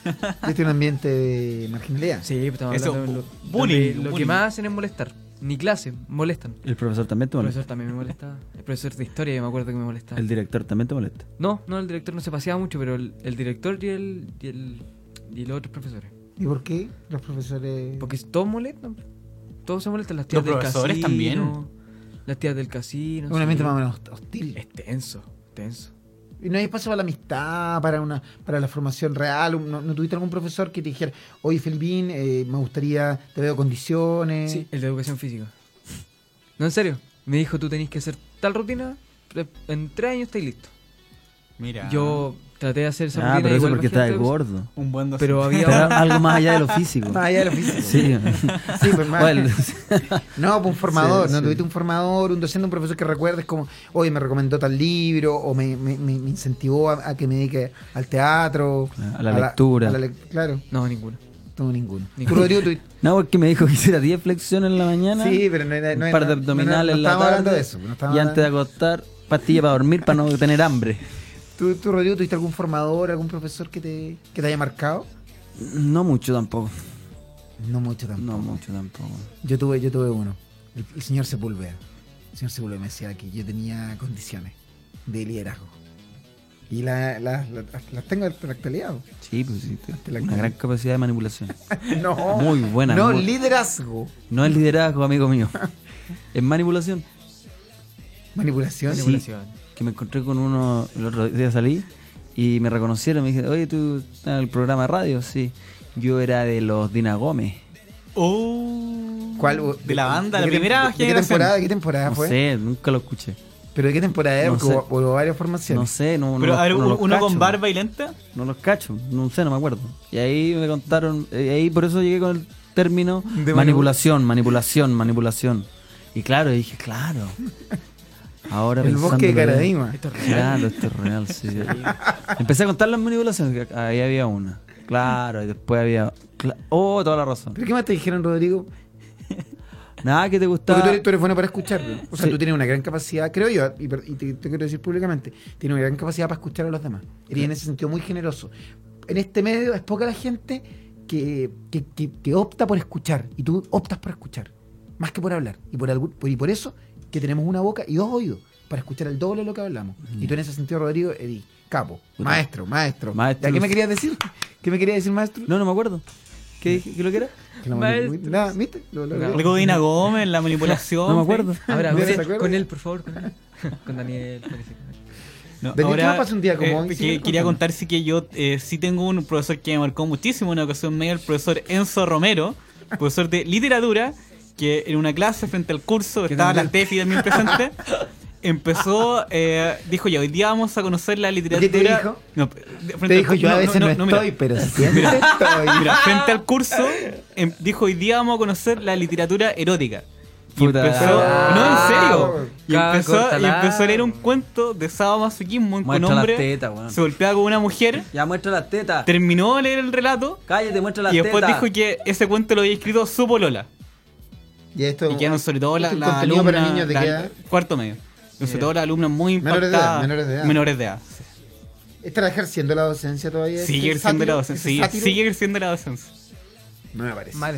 D: Este es un ambiente de marginalidad.
C: Sí, pues estamos
A: Eso,
C: hablando de lo,
A: bullying,
C: donde lo
A: bullying.
C: que más hacen es molestar. Ni clase, molestan.
E: El profesor también te
C: El
E: molesta.
C: profesor también me molestaba. El profesor de historia, me acuerdo que me molestaba.
E: El director también te molesta.
C: No, no, el director no se paseaba mucho, pero el, el director y el, y el y los otros profesores.
D: ¿Y por qué los profesores.?
C: Porque todos molestan. pues. Todos se molestan. Las tías
A: Los
C: del
A: profesores
C: casino.
A: también.
C: Las tías del casino.
D: Es un ambiente
C: sí.
D: más o menos hostil.
C: Es tenso, tenso.
D: Y no hay espacio para la amistad, para una para la formación real. un- ¿No, no tuviste algún profesor que te dijera, oye, Felvin, eh, me gustaría, te veo condiciones?
C: Sí, el de educación física. No, en serio. Me dijo, tú tenés que hacer tal rutina, pre- en tres años estáis listo.
A: Mira.
C: Yo traté de hacer esa
E: Ah,
C: rutina.
E: pero eso
C: igual
E: porque
C: bajé
E: estás
C: de peso,
E: gordo.
A: Un buen docente.
C: Pero había
E: Pero algo más allá de lo físico.
D: Más allá de lo físico.
E: Sí.
D: Sí, pues, más-
E: Bueno,
D: No, pues un formador,
E: Sí,
D: no
E: sí.
D: tuviste un formador, un docente, un profesor que recuerdes como, oye, me recomendó tal libro, o me, me- me- me incentivó a, a que me dedique al teatro,
E: A la lectura.
D: a la lec- claro,
C: No, ninguno.
D: no, ninguno.
C: Ninguno.
D: Tú, Rodrigo, tú-
E: no, porque me dijo que hiciera 10 flexiones en la mañana.
D: sí, pero no era.
E: un
D: no
E: par de
D: era- no- no- no
E: abdominales en la
D: estábamos
E: tarde.
D: hablando de eso. no estábamos
E: y antes de
D: hablando-
E: acostar, pastilla para dormir para no tener hambre.
D: ¿Tú, tú, Rodrigo, tuviste algún formador, algún profesor que te, que te haya marcado?
E: No mucho tampoco.
D: No mucho tampoco.
E: No mucho tampoco.
D: Yo tuve, yo tuve uno. El, el señor Sepúlveda. El señor Sepúlveda me decía que yo tenía condiciones de liderazgo. Y la- la- la- las tengo hasta la actualidad. ¿o?
E: Sí, pues sí.
D: Te la
E: Una
D: como.
E: gran capacidad de manipulación.
D: No.
E: Muy buena,
D: No,
E: muy-
D: liderazgo.
E: No es liderazgo, amigo mío. Es manipulación.
D: Manipulación.
E: Sí.
C: Manipulación.
E: Que me encontré con uno, el otro día salí y me reconocieron. Me dijeron, oye, tú estás en el programa de radio. Sí. Yo era de los Dina Gómez.
A: Oh.
D: ¿Cuál? o-
A: De la banda,
D: de
A: la
D: qué tem-
A: primera
D: de qué
A: generación.
D: temporada, de qué temporada
E: No
D: fue?
E: sé, nunca lo escuché.
D: ¿Pero de qué temporada era?
E: No
D: Porque
E: sé.
D: hubo- hubo varias formaciones.
E: No sé, no, no
A: Pero
E: los-
A: a ver,
E: no
A: uno,
E: los
A: uno
E: cacho.
A: con barba y lente.
E: No los cacho, no sé, no me acuerdo. Y ahí me contaron, eh, ahí por eso llegué con el término
D: De
E: manipulación, manipulación, manipulación. Y claro, dije, claro. Ahora
D: El bosque de
E: pensándolo bien.
D: Caradima.
C: Esto es real.
E: Claro, esto es real, sí. Empecé a contar las manipulaciones, que ahí había una. Claro, y después había... cla- Oh, toda la razón.
D: ¿Pero qué más te dijeron, Rodrigo?
E: Nada que te
D: Porque
E: gustaba...
D: tú eres, tú eres bueno para escucharlo. O sea,
E: Sí.
D: tú tienes una gran capacidad, creo yo, y, per- y te, te quiero decir públicamente, tienes una gran capacidad para escuchar a los demás. Eres en ese sentido muy generoso. En este medio es poca la gente que, que- que- que opta por escuchar, y tú optas por escuchar, más que por hablar. Y por, algún- por- y por eso que tenemos una boca y dos oídos para escuchar el doble de lo que hablamos. Y tú en ese sentido, Rodrigo, eres capo,
E: Puta.
D: maestro, maestro.
E: Maestro.
D: ¿Ya qué me querías decir? ¿Qué me querías decir, maestro?
E: No, no me acuerdo. ¿Qué, dije? ¿Qué lo que era?
D: Que la
C: Maestro.
D: manipul- Nada, ¿viste? Lo- lo- lo-
A: Algo de Ina Gómez, la manipulación.
E: No me acuerdo.
C: Ahora,
D: ¿No
C: con
D: se
C: él-
D: acuerda?
C: con él, por favor. Con, él. Con Daniel. con ese.
A: No, eh,
D: Daniel, ¿qué más pasa un día como hoy?
A: que-
D: Sigue
A: quería
D: contando.
A: contar sí que yo eh, sí tengo un profesor que me marcó muchísimo en una ocasión media, el profesor Enzo Romero, profesor de literatura, que en una clase frente al curso,
D: Que
A: estaba la
D: también-
A: Tefi también presente, empezó, eh, dijo ya, hoy día vamos a conocer la literatura.
D: ¿Qué te dijo?
A: No, de- frente
D: Te
A: al
D: dijo,
A: cu-
D: yo a
A: no,
D: veces
A: no,
D: no,
A: no, mira.
D: estoy, pero siempre estoy.
A: Mira, frente al curso, em- dijo hoy día vamos a conocer la literatura erótica. Y
E: Puta.
A: empezó, no, en serio. Y
C: Ya,
A: empezó, y
C: córtala.
A: empezó a leer un cuento de sadomasoquismo en que un
E: Muestra las
A: hombre
E: tetas, weón.
A: se golpeaba con una mujer,
E: Ya muestra las tetas.
A: terminó de leer el relato
E: Cállate, muestra las
A: y después
E: tetas.
A: dijo que ese cuento lo había escrito su polola.
D: Y esto
A: Y quedaron sobre todo la,
D: esto es
A: la
D: contenido
A: alumna,
D: para niños de
A: la-
D: qué edad?
A: cuarto medio. Y Sobre todo las alumnas muy
D: Menores de edad,
A: impactadas.
D: menores de edad.
A: Menores de edad. sí.
D: ¿Estará ejerciendo la docencia todavía?
A: Sigue
D: ¿Ese
A: creciendo la
D: sátiro?
A: docencia.
D: ¿Ese
A: Sigue,
D: sátiro?
A: sigue creciendo la docencia.
D: No me parece. Mal.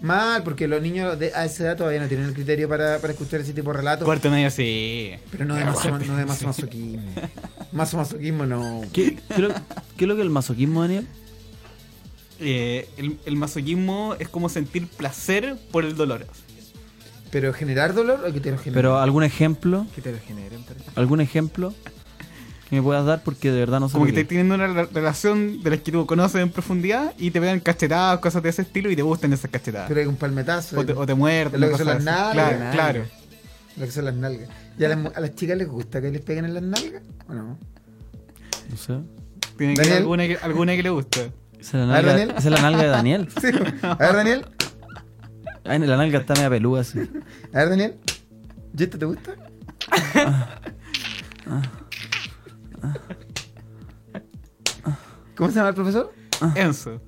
C: Mal está.
D: porque los niños de, a esa edad todavía no tienen el criterio para, para escuchar ese tipo de relatos.
A: Cuarto medio, sí.
D: Pero no de maso, no de maso masoquismo. Maso masoquismo no.
E: ¿Qué, qué lo, ¿Qué es lo que es el masoquismo, Daniel?
A: Eh, el, el masoquismo es como sentir placer por el dolor.
D: Pero generar dolor o que te lo genera.
E: Pero algún ejemplo,
C: Que te lo generen, parece.
E: algún ejemplo que me puedas dar porque de verdad no sé.
A: Como
E: lo
A: que estás
E: que
A: teniendo una re- relación de las que tú conoces en profundidad y te pegan cachetadas, cosas de ese estilo y te gustan esas cachetadas.
D: Pero hay un palmetazo.
A: o, te, o te
D: es
A: muerden.
D: lo que
A: o
D: son
A: cosas
D: las
A: así.
D: nalgas,
A: Claro,
D: nalgas.
A: claro.
D: Lo que son las nalgas. ¿Y a las, mu- a las chicas les gusta que les peguen en las nalgas? ¿O no?
E: no sé.
A: Tiene que haber
D: Daniel.
A: alguna, que- alguna que le guste.
E: Esa es la
D: A ver,
E: nalga,
D: Daniel.
E: esa es la nalga de Daniel.
D: Sí. A ver, Daniel.
E: Ay, la nalga está media peluda así.
D: A ver, Daniel. ¿Y esto te gusta? ¿Cómo se llama el profesor?
A: Enzo.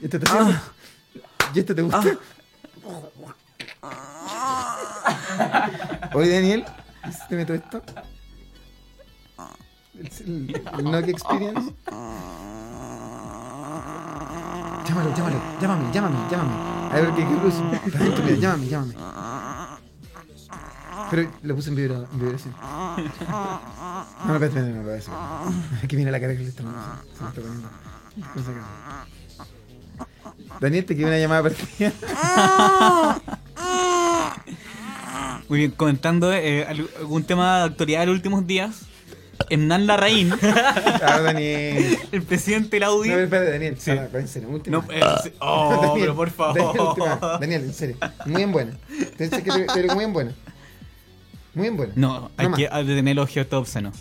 D: ¿Y esto te sirve? ¿Y esto te gusta? Oye, Daniel, ¿y si te meto esto? El, el, el Nokia Experience. Chama, llámalo, llámalo, llámame, llámame, llámame. A ver, ¿qué, qué puse? Tranquilo, llámame, llámame. Pero lo puse en vibra- en vibración. No, no, espérate, no, no, espérate. Aquí viene la cara que le está, se me está poniendo. Cosa que- Daniel, te quedó una llamada perdida.
A: Muy bien, comentando eh, al- algún tema de actualidad de los últimos días. Hernán Larraín,
D: Ah, Daniel.
A: el presidente del Audi.
D: No, espérate, Daniel. para, para, en serio, última.
A: No, eh, se- oh,
D: Daniel,
A: pero por
D: Daniel, última.
A: favor.
D: Daniel, en serio. Muy en buena. Te sé que te- te- muy en buena. Muy en buena.
A: No, hay
D: más.
A: que detener los gestos obscenos.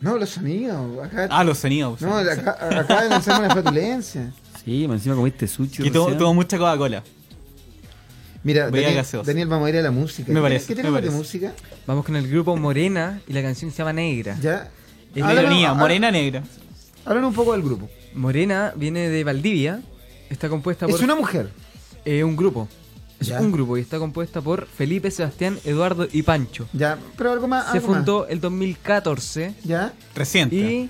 D: No, los sonidos. Acá,
A: Ah, los sonidos.
D: no, acá, acá denunciamos una flatulencia.
E: Sí, más encima comiste sushi.
A: Que tomo,
E: recién.
A: tomo mucha Coca-Cola.
D: Mira,
A: Voy a
D: Daniel,
A: gaseosa.
D: Daniel, vamos a ir a la música.
A: Me
D: ¿Qué-
A: parece,
D: ¿Qué
A: me
D: tenemos de
A: parece.
D: música?
C: Vamos con el grupo Morena y la canción se llama Negra.
D: Ya.
C: Es
D: Háblanos-
A: Ironía,
D: há-
A: morena negra.
D: Háblanos un poco del grupo.
C: Morena viene de Valdivia. Está compuesta por
D: Es una mujer.
C: eh, un grupo. Es
D: Ya.
C: un grupo y está compuesta por Felipe, Sebastián, Eduardo y Pancho.
D: Ya, pero algo más.
C: Se
D: algo más.
C: fundó el 2014
D: Ya.
A: Reciente.
C: y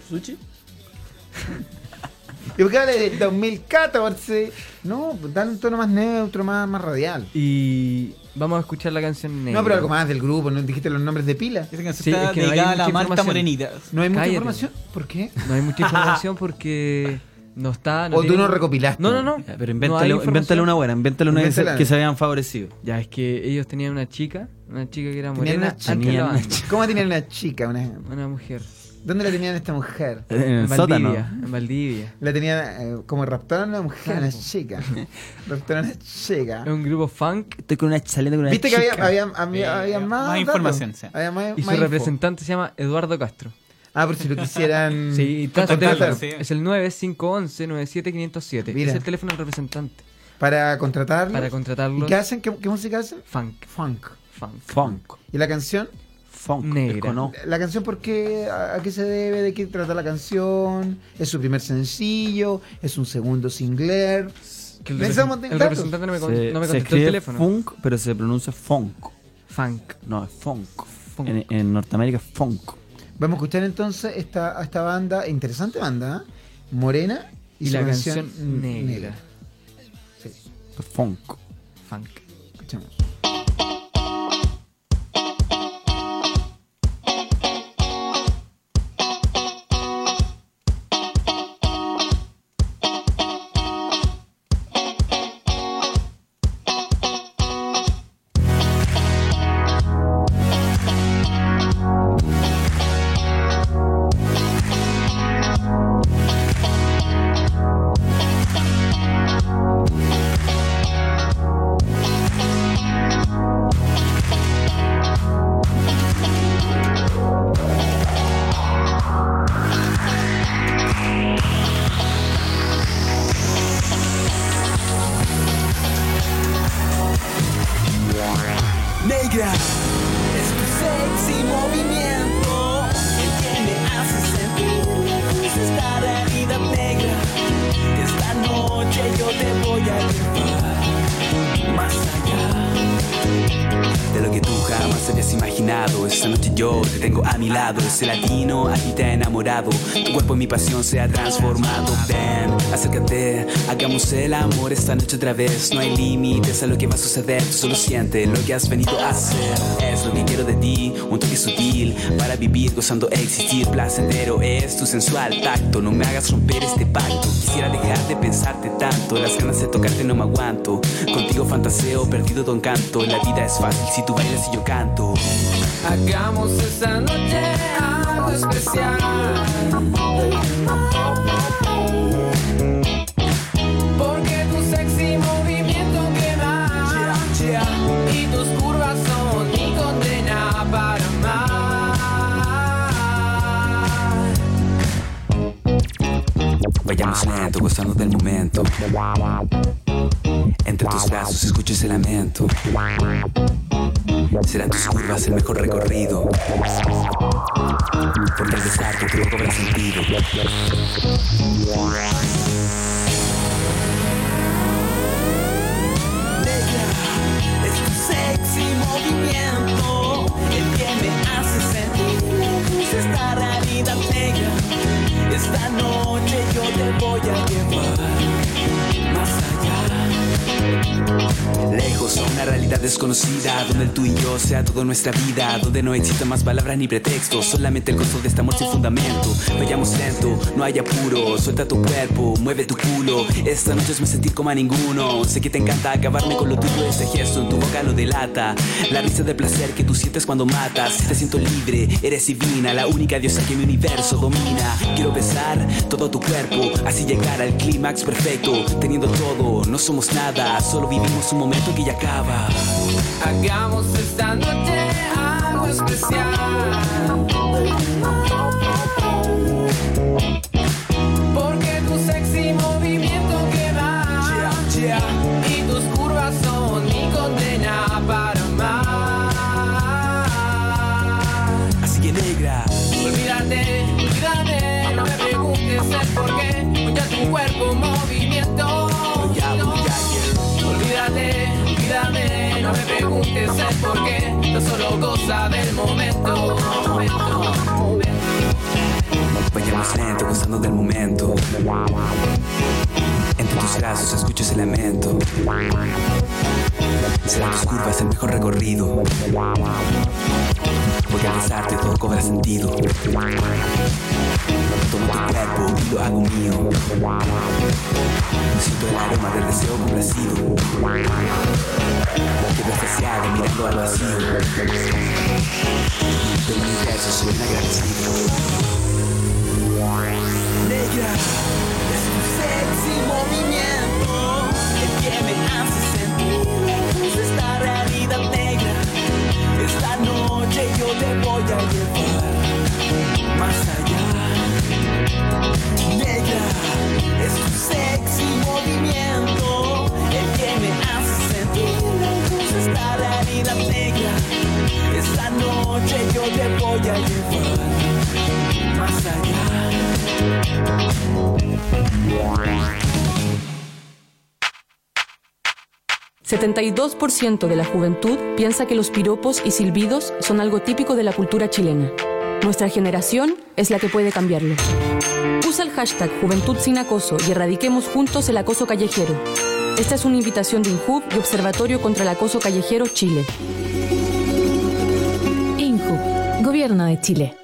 D: Y porque habla del 2014. No, dale un tono más neutro, más, más radial.
C: Y vamos a escuchar la canción negra.
D: No, pero algo más del grupo. No dijiste los nombres de pila.
A: Esa canción
C: Sí,
A: está
C: es que no hay
A: dedicada a la
C: mucha
A: Marta
C: información.
A: Morenita.
D: No hay mucha
C: Cállate,
D: información. ¿Por qué?
C: No hay mucha información porque no está.
D: O tú
C: tiene-
D: no recopilaste.
C: No, no, no.
E: Ya,
C: No hay
E: Pero invéntale,
C: información.
E: invéntale una buena, invéntale una que se-
D: Invéntala.
E: que se habían favorecido.
C: Ya, es que ellos tenían una chica, una chica que era
D: Tenían
C: morena.
D: una chica.
C: antes de la
E: Tenían
C: banda.
E: una chica.
D: ¿Cómo tenían una chica? Una...
C: Una mujer.
D: ¿Dónde la tenían esta mujer?
E: En el sótano.
C: Valdivia. En Valdivia.
D: La tenían eh, como raptaron a una mujer, a una
C: Claro.
D: chica. raptaron a una chica.
C: Es un grupo funk
E: Estoy con una saliendo con una
D: Viste que había,
E: chica.
D: había, había, había
A: Eh,
D: más.
A: más
D: datos.
A: información, sí.
D: Había más,
C: y su
D: más info.
C: representante se llama Eduardo Castro.
D: Ah, por si lo quisieran.
C: Sí, y está su
A: Contactarlo,
C: teléfono.
A: sí.
C: Es el 9511-97507.
D: Mira.
C: Es el teléfono del representante
D: Para contratarlo.
C: para
D: ¿Y
C: contratarlos.
D: qué hacen? ¿Qué, qué música hacen?
C: Funk.
D: Funk.
C: Funk.
E: Funk.
D: ¿Y la canción?
E: Funk.
C: Negra.
E: es con O.
D: ¿La canción por qué? ¿A, a qué se debe? ¿De qué trata la canción? ¿Es su primer sencillo? ¿Es un segundo singler?
C: Que el,
D: Necesitamos
C: represent-
D: de
C: el
D: datos.
C: representante no me, con-
E: Se-
C: no me
E: se
C: contestó el
E: escribe
C: teléfono.
E: funk, pero se pronuncia funk.
C: Funk.
E: No, es funk.
C: Funk.
E: En, en Norteamérica es funk.
D: Vamos a escuchar entonces esta, a esta banda, interesante banda, ¿eh? Morena
C: Y
D: su
C: la canción
D: mm,
C: negra.
D: Sí,
E: Funk.
C: Funk.
D: escuchamos.
F: negra. Es tu sexy movimiento el que me hace sentir. Es esta realidad negra. que Esta noche yo te voy a llevar más allá de lo que tú jamás habías imaginado. Esta noche yo te tengo a mi lado. Ese latino a ti te ha enamorado. Tu cuerpo en mi pasión se ha transformado. Ven, acércate, hagamos el amor esta noche otra vez. No hay límites a lo que va a suceder. Tú solo siente lo que has venido a hacer. Es lo que quiero de ti, un toque sutil para vivir gozando existir. Placentero es tu sensual tacto. No me hagas romper este pacto. Quisiera dejar de pensarte tanto. Las ganas de tocarte no me aguanto. Contigo fantaseo, perdido don canto. La vida es fácil si tú bailas y yo canto.
G: Hagamos esta noche algo especial. Porque tu sexy movimiento quema y tus curvas son mi condena para amar.
F: Vayamos lento, gozando del momento. Entre tus brazos escucho ese lamento. Serán tus curvas el mejor recorrido. Porque al besarte todo cobra sentido. negra Es tu sexy movimiento El que me hace sentir Es esta realidad negra Esta noche yo te voy a llevar realidad desconocida Donde el tú y yo sea todo nuestra vida Donde no exista más palabras ni pretextos Solamente el costo de este amor sin fundamento Vayamos lento, no hay apuro Suelta tu cuerpo, mueve tu culo Esta noche es me sentir como a ninguno Sé que te encanta acabarme con lo tuyo este Ese gesto en tu boca lo delata La risa de placer que tú sientes cuando matas Te siento libre, eres divina La única diosa que mi universo domina Quiero besar todo tu cuerpo Así llegar al clímax perfecto Teniendo todo, no somos nada Solo vivimos un momento que ya acaba
G: Hagamos esta noche algo especial. Porque tu sexy movimiento quema. Y tus curvas son mi condena para amar.
F: Así que negra
G: Olvídate, olvídate, no me preguntes el por qué. Escucha tu cuerpo en movimiento. Olvídate, olvídate, no me preguntes el por qué. Yo solo goza del momento. momento, momento.
F: Vayamos lento, gozando del momento Entre tus brazos escucho ese lamento Serán tus curvas el mejor recorrido Porque al besarte todo cobra sentido Tomo tu cuerpo y lo hago mío Siento el aroma del deseo complacido Quedo extasiado mirando al vacío Del universo soy un agradecido
H: Negra es un sexy movimiento el que me hace sentir es esta realidad negra. Esta noche yo te voy a llevar más allá. Negra es un sexy movimiento el que me hace sentir es esta realidad negra. Esta noche yo te voy a llevar más allá.
I: ...72% de la juventud piensa que los piropos y silbidos son algo típico de la cultura chilena. Nuestra generación es la que puede cambiarlo. Usa el hashtag Juventud Sin Acoso y erradiquemos juntos el acoso callejero. Esta es una invitación de INJUB y Observatorio contra el Acoso Callejero Chile.
J: INJUB, Gobierno de Chile.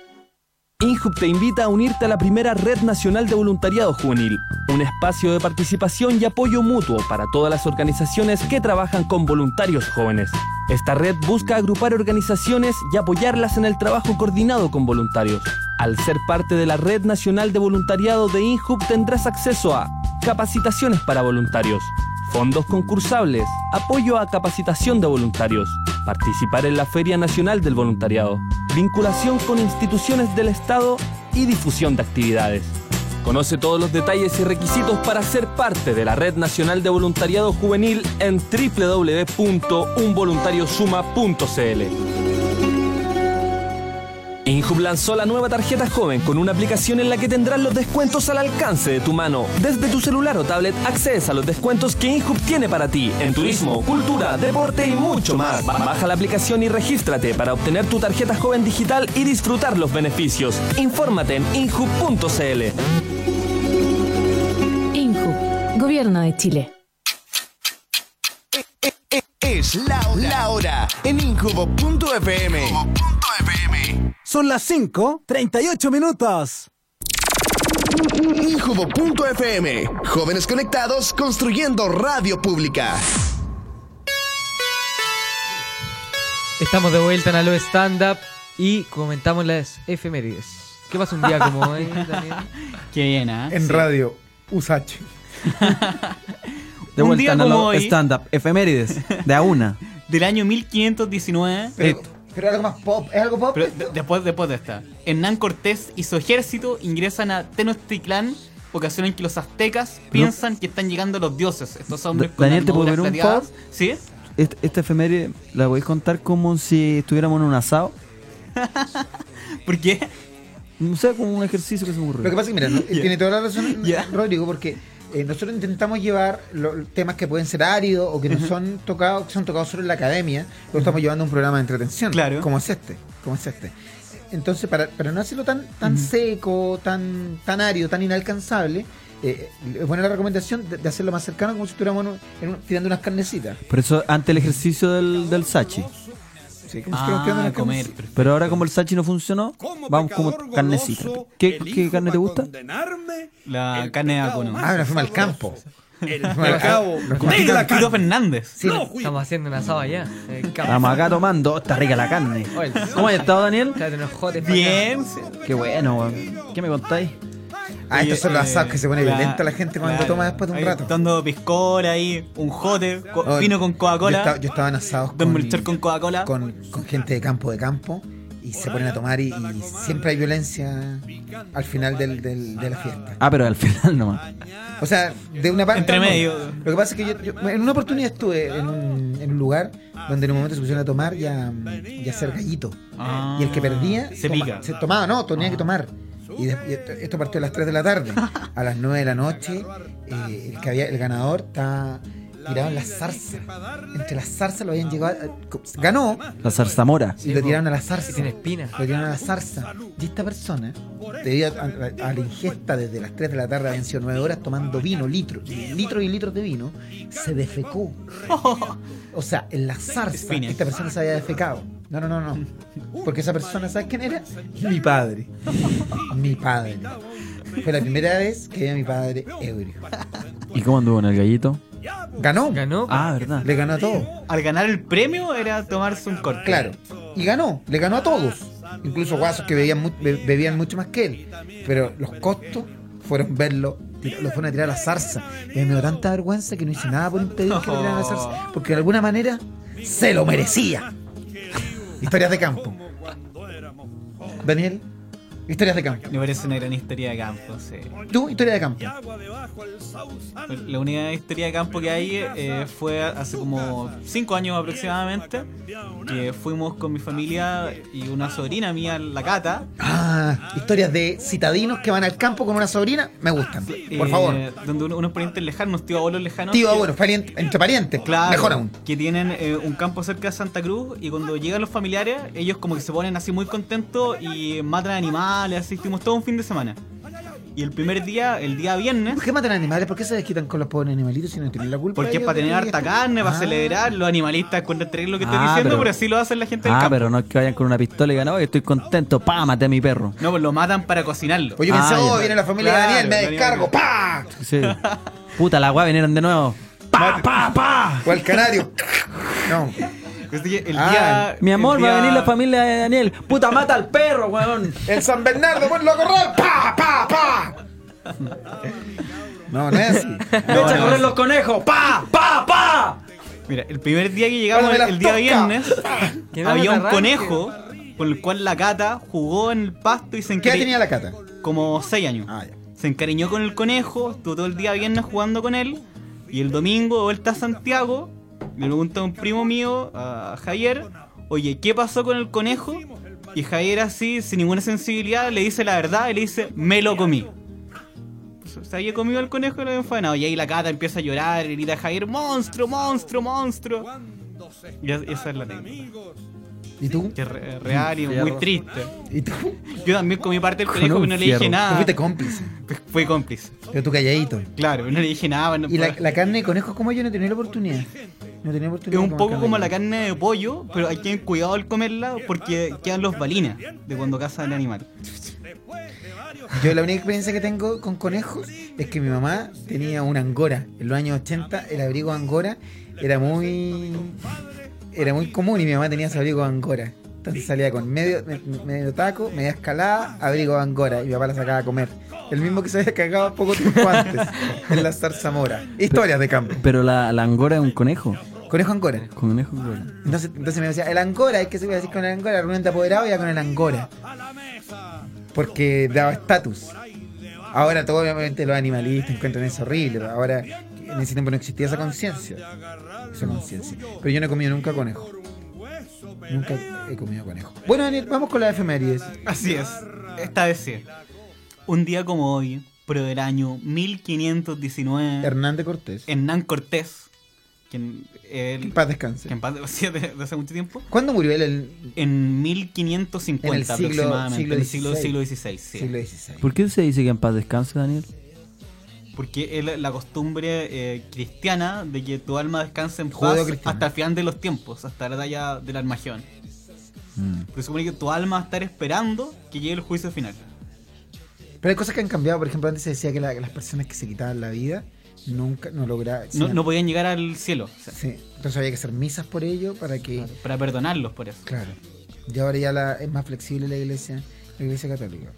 K: INJUB te invita a unirte a la primera Red Nacional de Voluntariado Juvenil, un espacio de participación y apoyo mutuo para todas las organizaciones que trabajan con voluntarios jóvenes. Esta red busca agrupar organizaciones y apoyarlas en el trabajo coordinado con voluntarios. Al ser parte de la Red Nacional de Voluntariado de INJUB tendrás acceso a capacitaciones para voluntarios, fondos concursables, apoyo a capacitación de voluntarios, participar en la Feria Nacional del Voluntariado, vinculación con instituciones del Estado y difusión de actividades. Conoce todos los detalles y requisitos para ser parte de la Red Nacional de Voluntariado Juvenil en www.unvoluntariosuma.cl. Injub lanzó la nueva tarjeta joven con una aplicación en la que tendrás los descuentos al alcance de tu mano. Desde tu celular o tablet accedes a los descuentos que Injub tiene para ti en turismo, cultura, deporte y mucho más. Ba- Baja la aplicación y regístrate para obtener tu tarjeta joven digital y disfrutar los beneficios. Infórmate en injub.cl.
J: INJUB, Gobierno de Chile.
B: E-, Es la, la hora en incubo.fm. Son las 5, 38 minutos. Incubo.fm. Jóvenes conectados construyendo radio pública.
C: Estamos de vuelta en Alo Stand Up y comentamos las efemérides. ¿Qué pasa un día como hoy, Daniel?
A: Qué bien, ¿ah?
D: En radio, USACH.
E: De
A: Un
E: vuelta
A: día
E: en
A: como
E: lo-
A: hoy.
E: stand-up, efemérides, de a una.
A: Del año 1519.
D: Pero, pero algo más pop. ¿Es algo pop?
A: Pero
D: esto?
A: de- después, después de esta. Hernán Cortés y su ejército ingresan a Tenochtitlán, ocasión en que los aztecas piensan que están llegando los dioses. Estos hombres
E: Da-
A: con
E: Daniel, ¿te puedo
A: armaduras
E: ver un
A: plateadas. ¿Sí?
E: Este- esta efeméride la voy a contar como si estuviéramos en un asado.
A: ¿Por qué?
E: No sé, como un ejercicio que se me
D: Lo
E: ocurrió.
D: que pasa es que, mira, no- tiene toda la razón
A: Ya.
D: Rodrigo, porque eh, nosotros intentamos llevar los temas que pueden ser áridos o que no son tocados, que son tocados solo en la academia, lo estamos llevando a un programa de entretención.
A: Claro.
D: Como es este, como es este. Entonces, para, para no hacerlo tan, tan seco, tan, tan árido, tan inalcanzable, eh, eh, es buena la recomendación de, de hacerlo más cercano, como si estuviéramos en un- en un- tirando unas carnecitas.
E: Por eso, ante el ejercicio del, del Sachi.
D: Sí, como si
A: Ah,
D: estuviéramos tirando unas carnecitas.
E: Pero ahora, como el Sachi no funcionó, vamos como carnecita. ¿Qué, qué carne te gusta?
A: La carne de vacuno.
E: más Ah, pero fuimos al
D: campo.
A: El
E: pecado
B: Ah,
E: de la carne.
A: Fernández.
C: Estamos haciendo una asado allá. Eh,
E: Estamos acá tomando. Está rica la carne. ¿Cómo has estado, Daniel?
A: Bien.
E: Qué bueno, weón. ¿Qué me contáis?
D: Ah, estos son los asados que se pone
A: Claro,
D: violenta la gente cuando
A: claro.
D: toma después de un
A: eh, Ahí,
D: rato.
A: Tomando piscola ahí, un jote, co-
D: Oh,
A: vino con
D: Yo estaba,
A: Coca-Cola.
D: yo estaba en asados
A: Don Melchor con Coca-Cola.
D: Con, con gente de campo de campo y se ponen a tomar y, y siempre hay violencia al final del- del- de la fiesta.
E: Ah, pero al final nomás.
D: O sea, de una parte.
A: Entre
D: no.
A: medio.
D: Lo que pasa es que yo, yo- en una oportunidad estuve en un, en un lugar donde en un momento se pusieron a tomar y a, y a hacer gallito.
A: Ah.
D: y el que perdía.
A: Se
D: toma-
A: pica.
D: Se tomaba, no, tenía que tomar. Y, de- y esto- esto partió a las 3 de la tarde. A las 9 de la noche, eh, el, que había, el ganador estaba tirado en la zarza. Entre las zarzas lo habían llegado. a- co- ganó
E: La zarzamora.
D: y lo tiraron a la zarza.
C: Tiene espina.
D: Lo tiraron a la zarza. Y esta persona, debido a, a- a la ingesta desde las 3 de la tarde, habían sido 9 horas tomando vino, litros, litros y litros de vino, se defecó. O sea, en la zarza,
A: Espina.
D: esta persona se había defecado. No, no, no, no. Porque esa persona, ¿sabes quién era? Mi padre. Mi padre. Fue la primera vez que vi a mi padre ebrio.
E: ¿Y cómo anduvo en el gallito?
D: Ganó.
C: Ganó.
E: Ah, verdad.
D: Le ganó a todo.
A: Al ganar el premio era tomarse un corte.
D: Claro. Y ganó, le ganó a todos. Incluso guasos que bebían, mu- be- bebían mucho más que él. Pero los costos fueron verlo, tira- lo fueron a tirar a la zarza. Y a mí me dio tanta vergüenza que no hice nada por impedir que lo tiraran a la zarza. Porque de alguna manera se lo merecía. Historias de campo. Daniel, historias de campo.
A: Me parece una gran historia de campo, sí.
D: Tú, historia de campo.
A: La única historia de campo que hay eh, fue hace como 5 años aproximadamente, que fuimos con mi familia y una sobrina mía, la Cata,
D: Ah, historias de citadinos que van al campo con una sobrina. Me gustan. Por
A: eh,
D: favor.
A: donde uno- unos parientes lejanos, tío abuelos lejanos.
D: Tío,
A: que-
D: bueno, pariente- entre parientes.
A: Claro,
D: Mejor aún.
A: que tienen eh, un campo cerca de Santa Cruz y cuando llegan los familiares, ellos como que se ponen así muy contentos y matan animales, así estuvimos todo un fin de semana. Y el primer día, el día viernes,
D: ¿Por qué matan animales? ¿Por qué se desquitan con los pobres animalitos si no tienen la culpa?
A: porque es
D: ellos
A: para
D: de
A: tener
D: que-
A: harta carne, para
D: Ah.
A: celebrar, los animalistas encuentran terrible lo que estoy
E: Ah,
A: diciendo, pero,
E: pero-
A: así lo hacen la gente del
E: Ah,
A: campo.
E: pero no es que vayan con una pistola y ganó. Estoy contento. ¡Pah! Maté a mi perro.
A: No, pues lo matan para cocinarlo.
D: Pues yo
E: Ah,
D: pensé, oh,
E: ya.
D: viene la familia
A: Claro,
D: de Daniel, me
A: Daniel.
D: descargo, ¡pa!
E: Sí. Puta, la weá vinieron de nuevo. ¡Pa, pa, pa!
D: O al canario. No.
A: Así que el
D: Ah,
A: día-
E: Mi amor,
A: el
E: va a
A: día-
E: venir la familia de Daniel. ¡Puta, mata al perro, weón!
D: El San Bernardo, ponlo a correr, ¡pa, pa, pa! No, no es así.
E: ¡Me echa a correr los conejos! ¡Pa, pa, pa!
A: Mira, el primer día que llegamos,
D: Guárdame
A: el,
D: las
A: día
D: tocas.
A: viernes,
C: Que no
A: había
C: me
A: un
C: arranque.
A: conejo con el cual la cata jugó en el pasto y se
D: ¿Qué edad
A: encare-
D: tenía la cata?
A: Como 6 años.
D: Ah, ya.
A: Se encariñó con el conejo, estuvo todo el día viernes jugando con él. Y el domingo, de vuelta a Santiago, le pregunta a un primo mío, a Javier, oye, ¿qué pasó con el conejo? Y Javier así, sin ninguna sensibilidad, le dice la verdad y le dice, me lo comí. Se había comido el conejo y lo había enfanado. Y ahí la cata empieza a llorar, y grita a Javier, monstruo, monstruo, monstruo. Y es- esa es la técnica.
D: ¿Y tú?
A: Que es re- real y muy
E: Fierro.
A: triste.
D: ¿Y tú? Tú
A: Yo también comí parte del conejo
E: un
A: y no le dije
E: fierro.
A: nada.
D: fuiste cómplice.
A: Fui cómplice.
D: Pero tú calladito.
A: Claro, no le dije nada. no
D: ¿Y la,
A: puedo-
D: la carne de conejos como yo no tenía la oportunidad? No tenía
A: es
D: oportunidad.
A: un
D: de comer
A: poco
D: carne
A: como la
D: de
A: carne de pollo, pero hay que tener cuidado al comerla porque quedan los balines de cuando cazan el animal.
D: conejo. Yo la única experiencia que tengo con conejos es que mi mamá tenía una angora. En los años 80 el abrigo angora era muy era muy común y mi mamá tenía su abrigo de angora. Entonces salía con medio, me- medio taco, media escalada, abrigo de angora. Y mi papá la sacaba a comer. El mismo que se había cagado poco tiempo antes en la zarzamora. Historias de campo.
E: Pero la, la angora es un conejo.
D: Conejo angora.
E: Conejo angora.
D: Entonces, entonces me decía, el angora, es que se iba a decir con el angora, reunión de apoderado ya con el angora. Porque daba estatus. Ahora todo obviamente los animalistas encuentran eso horrible. pero Ahora en ese tiempo no existía esa conciencia. Esa conciencia. Pero yo no he comido nunca conejo. Nunca he comido conejo. Bueno, Daniel, vamos con las efemérides.
A: Así es. Esta vez sí. Un día como hoy, pero del año 1519,
D: Hernández Cortés.
A: Hernán Cortés, quien él,
D: En paz
A: que
D: descanse.
A: en paz de, de hace mucho tiempo,
D: ¿Cuándo murió él? El
A: en 1550
D: En el siglo-
A: aproximadamente,
D: siglo
A: en el siglo,
D: XVI.
A: siglo XVI. sí.
D: siglo XVI.
E: ¿Por qué se dice que en paz descanse, Daniel?
A: Porque es la, la costumbre eh, cristiana de que tu alma descanse en paz
D: Judeo-cristiana.
A: hasta el final de los tiempos, hasta la talla del Armagedón.
D: Mm.
A: Porque supone que tu alma va a estar esperando que llegue el juicio final.
D: Pero hay cosas que han cambiado. Por ejemplo, antes se decía que, la- que las personas que se quitaban la vida nunca no lograban.
A: No, no podían llegar al cielo. o sea,
D: Sí, entonces había que hacer misas por ello para que.
A: Para perdonarlos por eso.
D: Claro. Y ahora ya la- es más flexible la iglesia, la iglesia católica.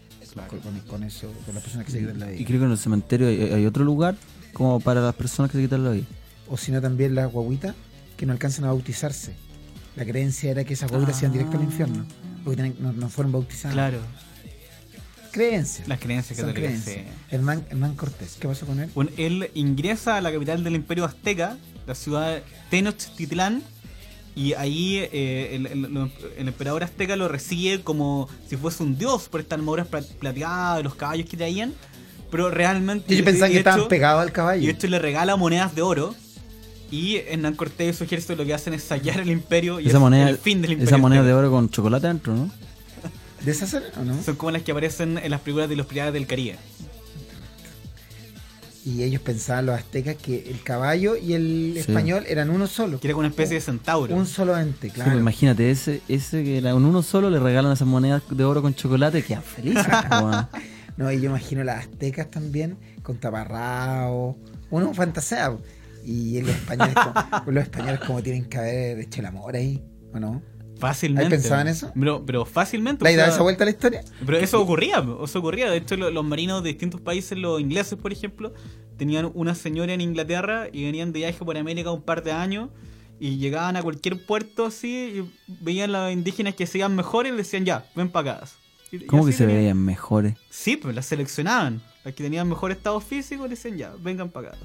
D: Con- Con, con eso, con las personas que se quitan la
E: Y
D: vida.
E: creo que en el cementerio hay, hay otro lugar como para las personas que se quitan la vida.
D: O si no, también las guaguitas que no alcanzan a bautizarse. La creencia era que esas guaguitas se iban directo al infierno. Porque tienen- no, no fueron bautizadas.
A: Ah. Claro.
D: Creencias.
A: Las creencias
D: Son
A: católicas,
D: creencias. Hernán, Hernán Cortés, ¿qué pasó con él?
A: Bueno, él ingresa a la capital del Imperio Azteca, la ciudad de Tenochtitlán, y ahí eh, el, el- lo- el emperador azteca lo recibe como si fuese un dios por estas armaduras pla- plateadas, los caballos que traían, pero realmente... eh,
D: Y yo pensaba
A: y
D: que
A: de
D: estaban
A: hecho-
D: pegados al caballo.
A: Y de hecho le regala monedas de oro. Y Hernán Cortés y su ejército lo que hacen es saquear el imperio y
E: Esa
A: es
E: moneda,
A: el fin del imperio. este.
E: esa moneda
A: azteca.
E: de oro con chocolate dentro, ¿no?
D: ¿De esas eran o no?
A: Son como las que aparecen en las películas de los piratas del Caribe.
D: Y ellos pensaban, los aztecas, que el caballo y el
E: Sí.
D: español eran uno solo.
A: Que era una especie de centauro.
D: Un solo ente,
E: Sí, pues
D: claro.
E: imagínate, ese, ese que era un uno solo le regalan esas monedas de oro con chocolate, quedan felices. po, weón.
D: no, y yo imagino las aztecas también con taparrao. Uno fantasea. po. Y los españoles, como, los españoles como tienen que haber hecho el amor ahí, ¿o no?
A: Fácilmente.
D: ¿Has pensado en eso?
A: Pero, pero fácilmente.
D: ¿Le
A: o
D: has dado
A: sea,
D: esa vuelta a la historia?
A: Pero eso ocurría, eso ocurría. De hecho, lo- los marinos de distintos países, los ingleses, por ejemplo, tenían una señora en Inglaterra y venían de viaje por América un par de años y llegaban a cualquier puerto así y veían a los indígenas que se iban mejores y les decían, ya, ven para acá. Y- y
E: ¿Cómo
A: así
E: que se
A: tenían-
E: veían mejores?
A: Sí, pues las seleccionaban. Las que tenían mejor estado físico le decían, ya, vengan para acá.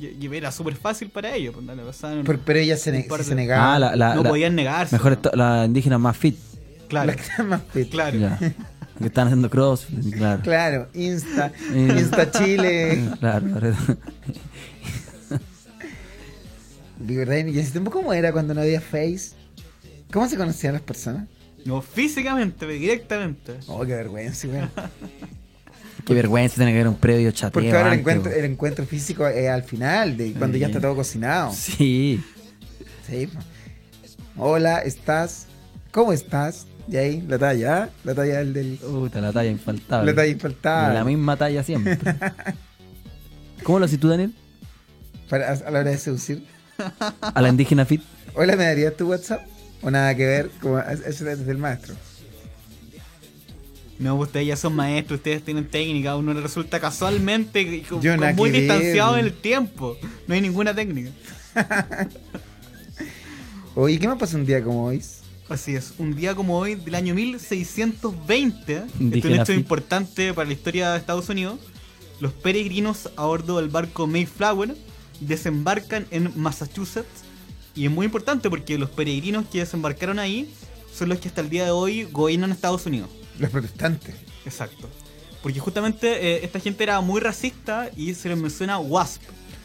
A: Y, y era súper fácil para ellos. pues, le pasaban
D: Pero- pero ellas se
A: un
D: ne-
A: par
D: se
A: de-
D: se negaban.
E: Ah, la- la-
A: no
E: la-
A: podían negarse.
E: Mejor esto- la indígena más fit.
A: Claro.
D: Las que están más fit.
A: Claro.
E: Ya. Que están haciendo crossfit, claro.
D: Claro, Insta,
E: Eh,
D: Insta Chile.
E: Claro, claro.
D: De verdad, ¿y ese tiempo cómo era cuando no había Face? ¿Cómo se conocían las personas?
A: No, físicamente, directamente.
D: Oh, qué vergüenza, weón.
E: Qué vergüenza tener que ver un previo chateo.
D: Porque ahora el
E: antes,
D: encuentro,
E: weón.
D: el encuentro físico es al final, de cuando ya
E: Sí.
D: está todo cocinado.
E: Sí.
D: Sí, po. Hola, ¿estás? ¿Cómo estás? Y ahí, la talla, ¿ah? la talla del... del-
E: Puta, la talla infaltable.
D: La talla infaltable.
E: La misma talla siempre. ¿Cómo lo haces tú, Daniel?
D: para- a, a la hora de seducir.
E: A la indígena fit.
D: Hola, ¿me darías tu WhatsApp? O nada que ver, como eso es del maestro.
A: No, pues, ustedes ya son maestros, ustedes tienen técnica, a uno le resulta casualmente y con-
D: Yo
A: con
D: nada
A: muy
D: que ver.
A: distanciado en el tiempo. No hay ninguna técnica.
D: Oye, ¿qué más pasó un día como hoy?
A: Así es, un día como hoy del año 1620, este es un
D: Indígena
A: hecho
D: fit.
A: importante para la historia de Estados Unidos, los peregrinos a bordo del barco Mayflower desembarcan en Massachusetts y es muy importante porque los peregrinos que desembarcaron ahí son los que hasta el día de hoy gobiernan Estados Unidos.
D: Los protestantes.
A: Exacto. Porque justamente eh, esta gente era muy racista y se les menciona WASP.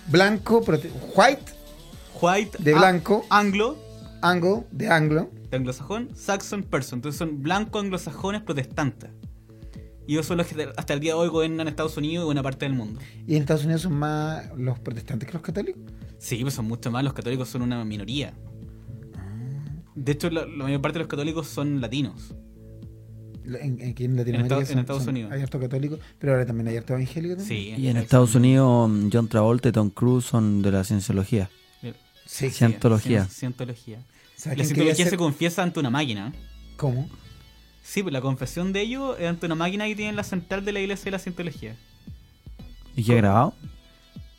D: Blanco, prote- white,
A: White,
D: de
A: a-
D: blanco,
A: anglo,
D: anglo, de anglo.
A: de anglosajón, Saxon person. Entonces son blanco anglosajones protestantes. Y ellos son los que hasta el día de hoy gobiernan Estados Unidos y buena parte del mundo.
D: Y en Estados Unidos son más los protestantes que los católicos.
A: Sí, pues son mucho más, los católicos son una minoría. De hecho, la, la mayor parte de los católicos son latinos.
D: En, en- aquí en Latinoamérica
A: En Estados- en
D: son-
A: Estados
D: son-
A: Unidos.
D: hay harto católico, pero ahora también hay harto evangélico. también.
A: Sí,
E: Y en Estados Unidos, mm, John Travolta y Tom Cruise son de la cienciología.
A: Sí,
E: Cientología.
A: cien- Cientología.
D: ¿Sabes
A: La
D: quién quería
A: cientología se
D: ser-
A: confiesa ante una máquina.
D: ¿Cómo?
A: Sí, pues la confesión de ellos es ante una máquina que tiene en la central de la iglesia de la cientología.
E: ¿Y qué ha grabado?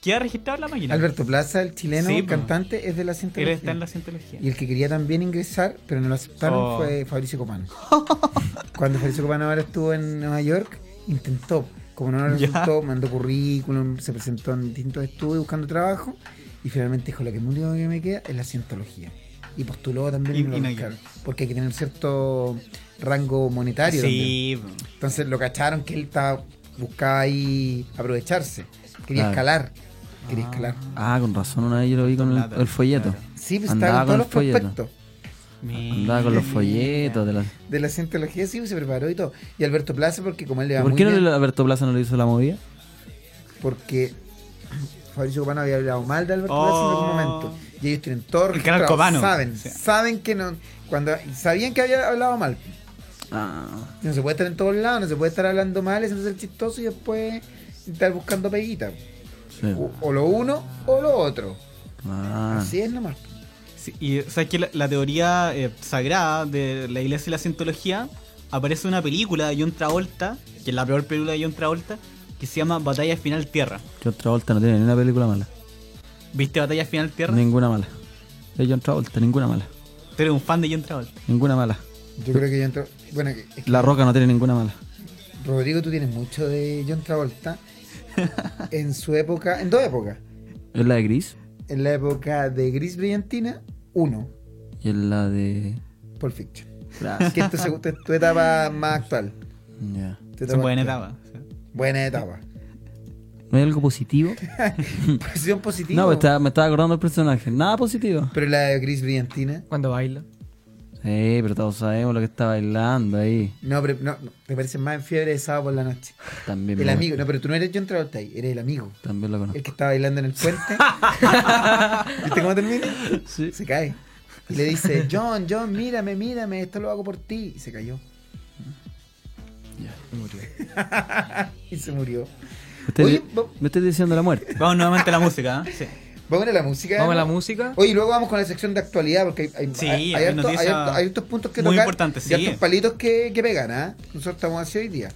A: ¿Queda registrada la máquina?
D: Alberto Plaza, el chileno,
A: Sí,
D: el
A: po.
D: cantante, es de la
A: Él
D: cientología.
A: está en la cientología.
D: Y el que quería también ingresar, pero no lo aceptaron,
A: Oh.
D: fue Fabricio Copano. Cuando Fabricio Copano ahora estuvo en Nueva York, intentó. Como no lo
A: Ya.
D: resultó, mandó currículum, se presentó en distintos estudios buscando trabajo. Y finalmente dijo, lo que único que me queda es la cientología. Y postuló también
A: Y-
D: no lo
A: y no
D: pescaron, Porque hay que tener cierto rango monetario
A: Sí, pues,
D: también. Entonces lo cacharon que él estaba, buscaba ahí aprovecharse.
E: Claro.
D: Quería escalar. Quería escalar.
E: Ah, con razón, una vez yo lo vi con el, el folleto.
D: Sí, pues
E: Andaba
D: estaba con
E: el
D: todos los prospectos.
E: Andaba con los folletos. De la...
D: de la cientología, sí, pues, se preparó y todo. Y Alberto Plaza, porque como él le va
E: ¿Por
D: muy
E: qué no
D: bien,
E: le- Alberto Plaza no le hizo la movida?
D: porque Fabricio Copano había hablado mal de Alberto Plaza en algún momento. Y ellos tienen todo
A: El canal
D: registrado.
A: Copano.
D: Saben,
A: Sí.
D: saben que no. cuando Sabían que había hablado mal. No se puede estar en todos lados, no se puede estar hablando mal, haciendo el chistoso y después estar buscando peguita. O, o lo uno o lo otro.
E: Ah,
D: Así es nomás.
A: Sí, y o sea, que la, la teoría eh, sagrada de la iglesia y la cientología aparece en una película de John Travolta, que es la peor película de John Travolta, que se llama Batalla Final Tierra.
E: John Travolta no tiene ni una película mala.
A: ¿Viste Batalla Final Tierra?
E: Ninguna mala. De John Travolta, ninguna mala.
A: Tú eres un fan de John Travolta.
E: Ninguna mala.
D: Yo creo que yo entro. Bueno, que- es que,
E: La Roca no tiene ninguna mala.
D: Rodrigo, tú tienes mucho de John Travolta. en su época, en dos épocas.
E: Es la de Gris
D: En la época de Gris Brillantina, uno,
E: y es la de.
D: Pulp Fiction.
E: Gracias.
D: Que es tu, segu- tu- tu etapa más actual.
E: Ya.
D: Tu
A: Es una buena
D: actual.
A: etapa.
D: Buena etapa.
E: ¿No hay algo positivo?
D: Posición positiva.
A: pues
E: no, me estaba, me estaba acordando del personaje. Nada positivo.
D: Pero la de Gris Brillantina.
C: Cuando baila.
E: Sí, pero todos sabemos lo que está bailando ahí.
D: No, pero no, no, te parece más en fiebre de sábado por la noche.
E: También
D: El
E: me-
D: amigo. No, pero tú no eres John Travolta ahí, eres el amigo.
E: También lo conozco.
D: El que está bailando en el puente. ¿Viste cómo termina? Se cae. Y le dice, John, John, mírame, mírame, esto lo hago por ti. Y se cayó. y se murió.
E: Usted-
D: Oye, va-
E: me estoy diciendo la muerte.
A: Vamos nuevamente a la música. ¿eh? Sí.
D: vamos a la música.
C: Vamos a la
D: ¿no?
C: música.
D: Oye, y luego vamos con la sección de actualidad, porque hay, hay,
A: Sí,
D: hay,
A: hay
D: harto-
A: noticias
D: hay harto- hay hartos puntos que
A: muy
D: tocar
A: importantes,
D: y
A: sí.
D: hartos palitos que, que pegan, ¿ah? Nosotros estamos así hoy día.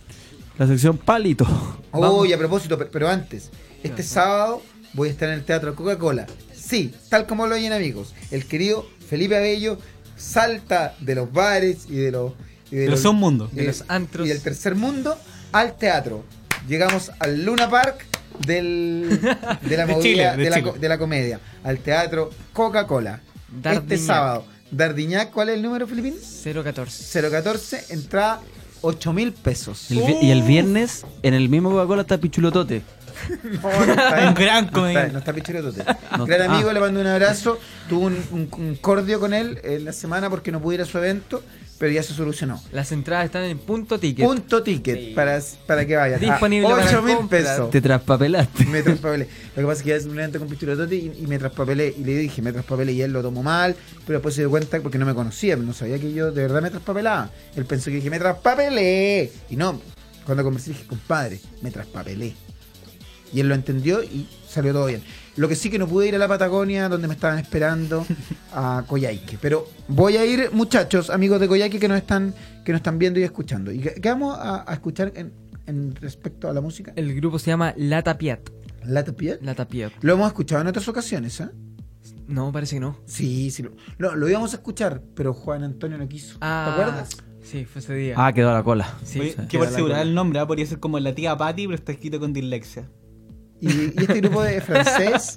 E: La sección palito.
D: Oye, a propósito, pe- pero antes, este sábado voy a estar en el Teatro Coca-Cola. Sí, tal como lo oyen amigos, el querido Felipe Abello salta de los bares y de los... y de
A: Pero son mundo.
D: y
C: De los antros.
D: Y del tercer mundo al teatro. Llegamos al Luna Park del, de la
A: De
D: movida-
A: Chile, de
D: de la
A: Chile.
D: co- de la comedia, al teatro Coca-Cola. Este
C: Dardiñac.
D: sábado. Dardiñac, ¿cuál es el número, Filipín?
C: 014.
D: 014, entrada 8 mil pesos.
E: El vi- y el viernes, en el mismo Coca-Cola está Pichulotote.
D: No, no está
A: Un gran
D: bien. No está,
A: comediante.
D: no está pichurotote.
E: No
D: Gran
E: está-
D: amigo,
E: ah.
D: le mando un abrazo. Tuve un, un- un cordio con él en la semana porque no pude ir a su evento, pero ya se solucionó.
C: Las entradas están en punto ticket.
D: Punto ticket para, para que vayan.
C: Disponible para
D: 8 mil
C: compras.
D: pesos.
E: Te traspapelaste.
D: Me traspapelé. Lo que pasa es que ya es un evento con Pichurotote y, y me traspapelé. Y le dije, me traspapelé y él lo tomó mal, pero después se dio cuenta porque no me conocía, no sabía que yo de verdad me traspapelaba. Él pensó que dije, me traspapelé. Y no, cuando conversé dije, compadre, me traspapelé. Y él lo entendió y salió todo bien. Lo que sí que no pude ir a la Patagonia, donde me estaban esperando a Coyhaique. Pero voy a ir, muchachos, amigos de Coyhaique que nos están, que nos están viendo y escuchando. ¿Y qué, qué vamos a, a escuchar en, en respecto a la música?
C: El grupo se llama La Tapiat.
D: La Tapiel.
C: La Tapiat.
D: Lo hemos escuchado en otras ocasiones, ¿ah?
C: No, parece que no.
D: Sí, sí. Lo, no, lo íbamos a escuchar, pero Juan Antonio no quiso.
C: Ah,
D: ¿Te acuerdas?
C: Sí, fue ese día.
E: Ah, quedó a la cola.
C: sí,
A: Oye,
C: sí.
A: que por seguridad el nombre, ¿ah? podría ser como la tía Patty, pero está escrito con dislexia.
D: Y, y este grupo de francés.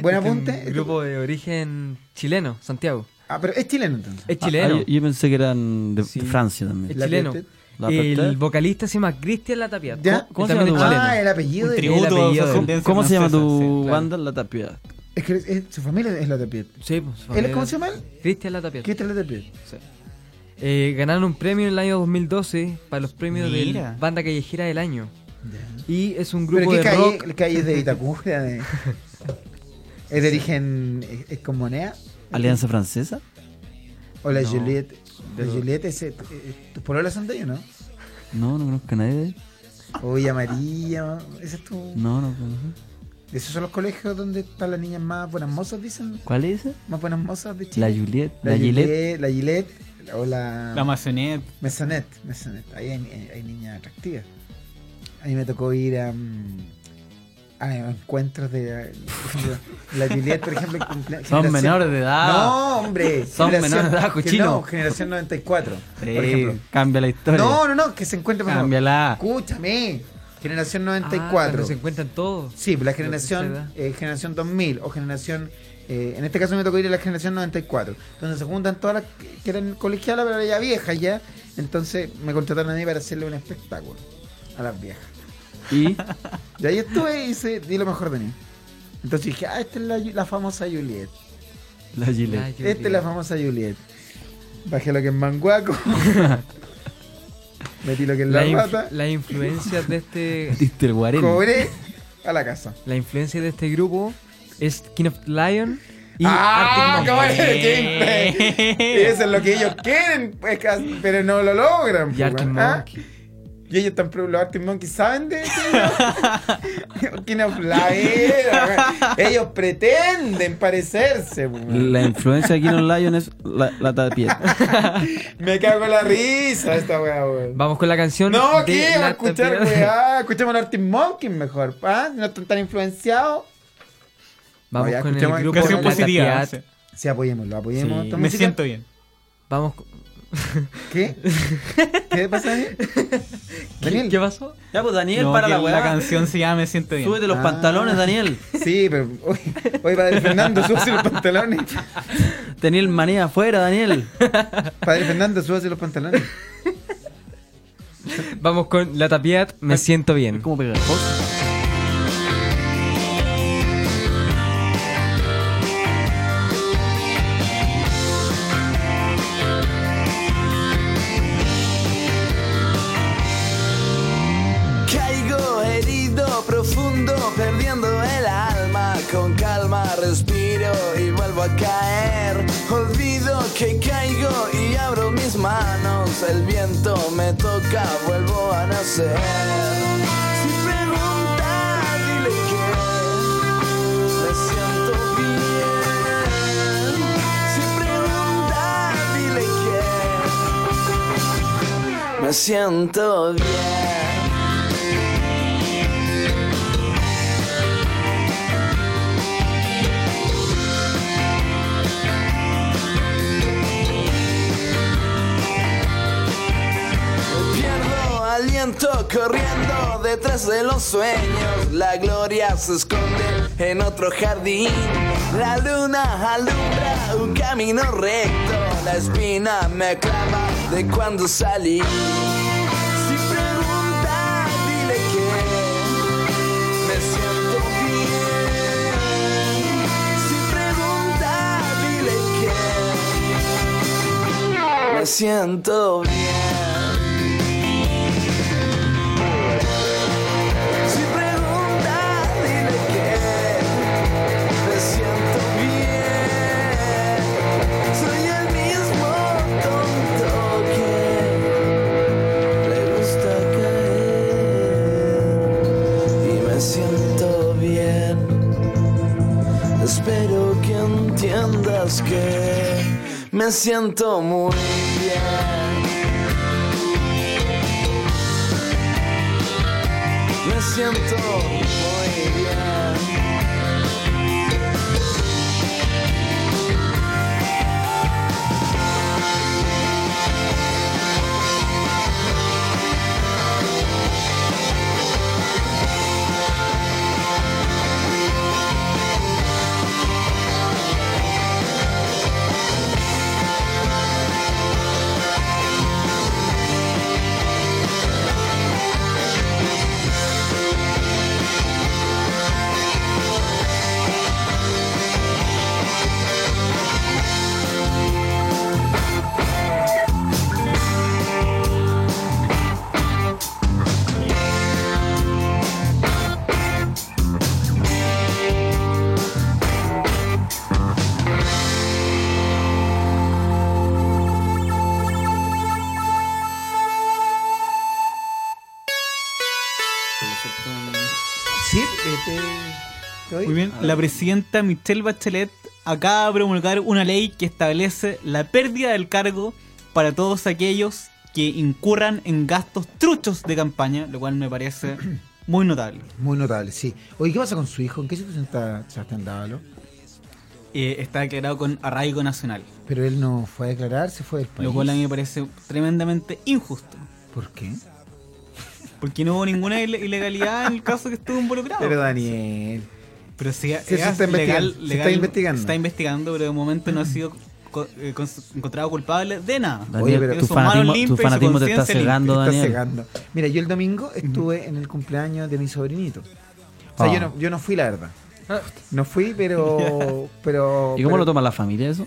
D: Buen
C: Este
D: apunte.
C: es
D: este-
C: Un grupo de origen chileno, Santiago.
D: Ah, pero es chileno entonces.
C: Es chileno.
E: Ah, yo, yo pensé que eran de
C: Sí.
E: Francia también.
C: es
D: La
C: chileno.
D: Tapiat.
E: La
C: El
E: Tapiat.
C: vocalista se llama Cristian La Tapiat.
D: ¿Ya?
E: ¿Cómo
C: ¿Cómo
E: se
C: se
E: llama tu-
D: Ah, el apellido
A: Un
D: de.
A: tributo
C: apellido.
A: de
C: ¿Cómo-
A: ascendencia
E: ¿Cómo se llama
A: francesa,
E: tu
A: sí, claro.
E: banda? La Tapia.
D: Es que es- su familia es la Tapiet.
C: Sí, pues, su
D: ¿Él
C: familia-
D: cómo se llama él?
C: Cristian La Tapiat.
D: ¿Qué es la Tapiet?
C: Eh, ganaron un premio en el año 2012 para los premios
A: Mira.
C: de Banda Callejera del Año. Y es un
D: ¿Pero
C: grupo
D: qué
C: de
D: calle,
C: rock.
D: calle es de Itacura? de- ¿Es de origen. es- es con moneda?
E: ¿Alianza Francesa?
D: ¿O la
C: No.
D: Juliette? La Juliette es. eh, eh, ¿Tus pololas son de ellos, no?
E: No, no conozco a nadie. de-
D: Oye, María. Ese es tu.
E: No, no conozco.
D: Esos son los colegios donde están las niñas más buenas mozas, dicen.
E: ¿Cuál es esa?
D: Más buenas mozas de Chile.
E: La Juliet.
D: La,
E: La, Gillette.
D: Gillette, La Gillette. la- O la.
A: La Masonette.
D: Mesonet. Mesonet. Ahí hay, hay- hay niñas atractivas. A mí me tocó ir a. mm, a encuentros de. la Gillette, por ejemplo. cumplea-
E: Son
D: generación-
E: menores de edad.
D: No, hombre.
E: Son
D: generación-
E: menores de edad,
D: que
E: cochino.
D: No, generación 94.
E: Sí,
D: Por ejemplo.
E: Cambia la historia.
D: No, no, no, que se encuentre. por favor.
E: Cámbiala.
D: Escúchame. Generación
C: Ah,
D: 94.
C: cuando se encuentran todos.
D: Sí, pues, la
C: Pero
D: generación
C: esa
D: eh, generación 2000 o generación... eh, en este caso me tocó ir a la generación 94, donde se juntan todas las que- que eran colegialas, pero ya viejas ya. Entonces me contrataron a mí para hacerle un espectáculo a las viejas.
E: Y
D: Y ahí estuve y hice, di lo mejor de mí. Entonces dije, ah, esta es la, la famosa Juliet.
E: la
C: La
E: Gillette.
C: Juliet.
D: Esta Este es la famosa Juliet. Bajé lo que es manguaco. Metí lo que es la,
C: La inf-
D: rata.
C: Las influencias de este.
E: Diste el guarén.
D: Cobré a la casa.
C: La influencia de este grupo es King of Lion y
D: ¡Ah!
C: Arctic
D: ¿Cómo es
C: Monkeys.
D: el gameplay? Eso es lo que ellos quieren, pues, cas- pero no lo logran. pues,
C: Arctic
D: weón, ¿ah? Y ellos están preocupados. Los Arctic Monkeys saben de King of Lion. Ellos pretenden parecerse. pues, weón.
E: La influencia aquí en los Lions es la, la tapia.
D: Me cago en la risa esta weá, weón.
C: Vamos con la canción.
D: No,
C: de
D: ¿qué? Va
C: la
D: a escuchar,
C: tapia-
D: weá. Escuchemos a Arctic Monkeys mejor, ¿pa? No están tan influenciados.
C: Vamos
D: No, ya
C: con el
D: escuchemos-
C: grupo
D: escuchemos
C: La
D: la
C: Tapiat.
D: Tapiat. Sí, apoyémoslo, apoyemos.
C: Sí.
D: esta
C: Me
D: música.
C: siento bien. Vamos.
D: ¿Qué? ¿Qué pasa, Daniel? Daniel.
C: ¿Qué pasó?
E: Ya, pues Daniel,
A: No,
E: para
A: que
E: la Ah. weá.
A: canción se llama Me siento bien.
E: Súbete los pantalones, Daniel.
D: Sí, pero hoy, hoy Padre Fernando, súbase los pantalones.
E: Daniel manía afuera, Daniel.
D: Padre Fernando, súbase los pantalones.
C: Vamos con La Tapiat, me siento bien.
E: ¿Cómo pegar?
H: Caigo herido, profundo, perdiendo el alma. Con calma respiro y vuelvo a caer. Olvido que caigo y abro mis manos. El viento me toca, vuelvo a nacer. Si pregunta, dile que me siento bien. Si pregunta, dile que me siento bien. Pierdo aliento corriendo detrás de los sueños. La gloria se esconde en otro jardín. La luna alumbra un camino recto. La espina me clava de cuando salí. Si pregunta, dile que me siento bien. Si pregunta, dile que me siento bien. Si pregunta, dile que me siento bien. Soy el mismo tonto que le gusta caer y me siento bien. Espero que entiendas que me siento muy bien. Me siento muy bien.
D: Sí, este. estoy-
A: Muy bien, la presidenta Michelle Bachelet acaba de promulgar una ley que establece la pérdida del cargo para todos aquellos que incurran en gastos truchos de campaña, lo cual me parece muy notable.
D: Muy notable, sí. Oye, ¿qué pasa con su hijo? ¿En qué situación está Sebastián Dávalo?
A: Eh, está declarado con arraigo nacional,
D: Pero él no fue a declarar, se fue del país.
A: lo cual a mí me parece tremendamente injusto,
D: ¿Por qué?
A: porque no hubo ninguna ile- ilegalidad en el caso que estuvo involucrado.
D: Pero Daniel.
A: Pero si
D: Sí, se está investigando, se está investigando.
A: se está investigando, pero de momento no ha sido co- eh, cons- encontrado culpable de nada.
E: Daniel, Oye, pero
A: Tiene
E: tu
A: sus manos
E: fanatismo- tu
A: limpias y su
E: fanatismo te está
A: conciencia limpia.
E: cegando,
D: Está
E: Daniel.
D: cegando. Mira, yo el domingo estuve en el cumpleaños de mi sobrinito. O sea,
E: Ah.
D: yo, no, yo no fui, la verdad. No fui, pero. pero
E: ¿Y cómo
D: pero-
E: lo toma la familia eso?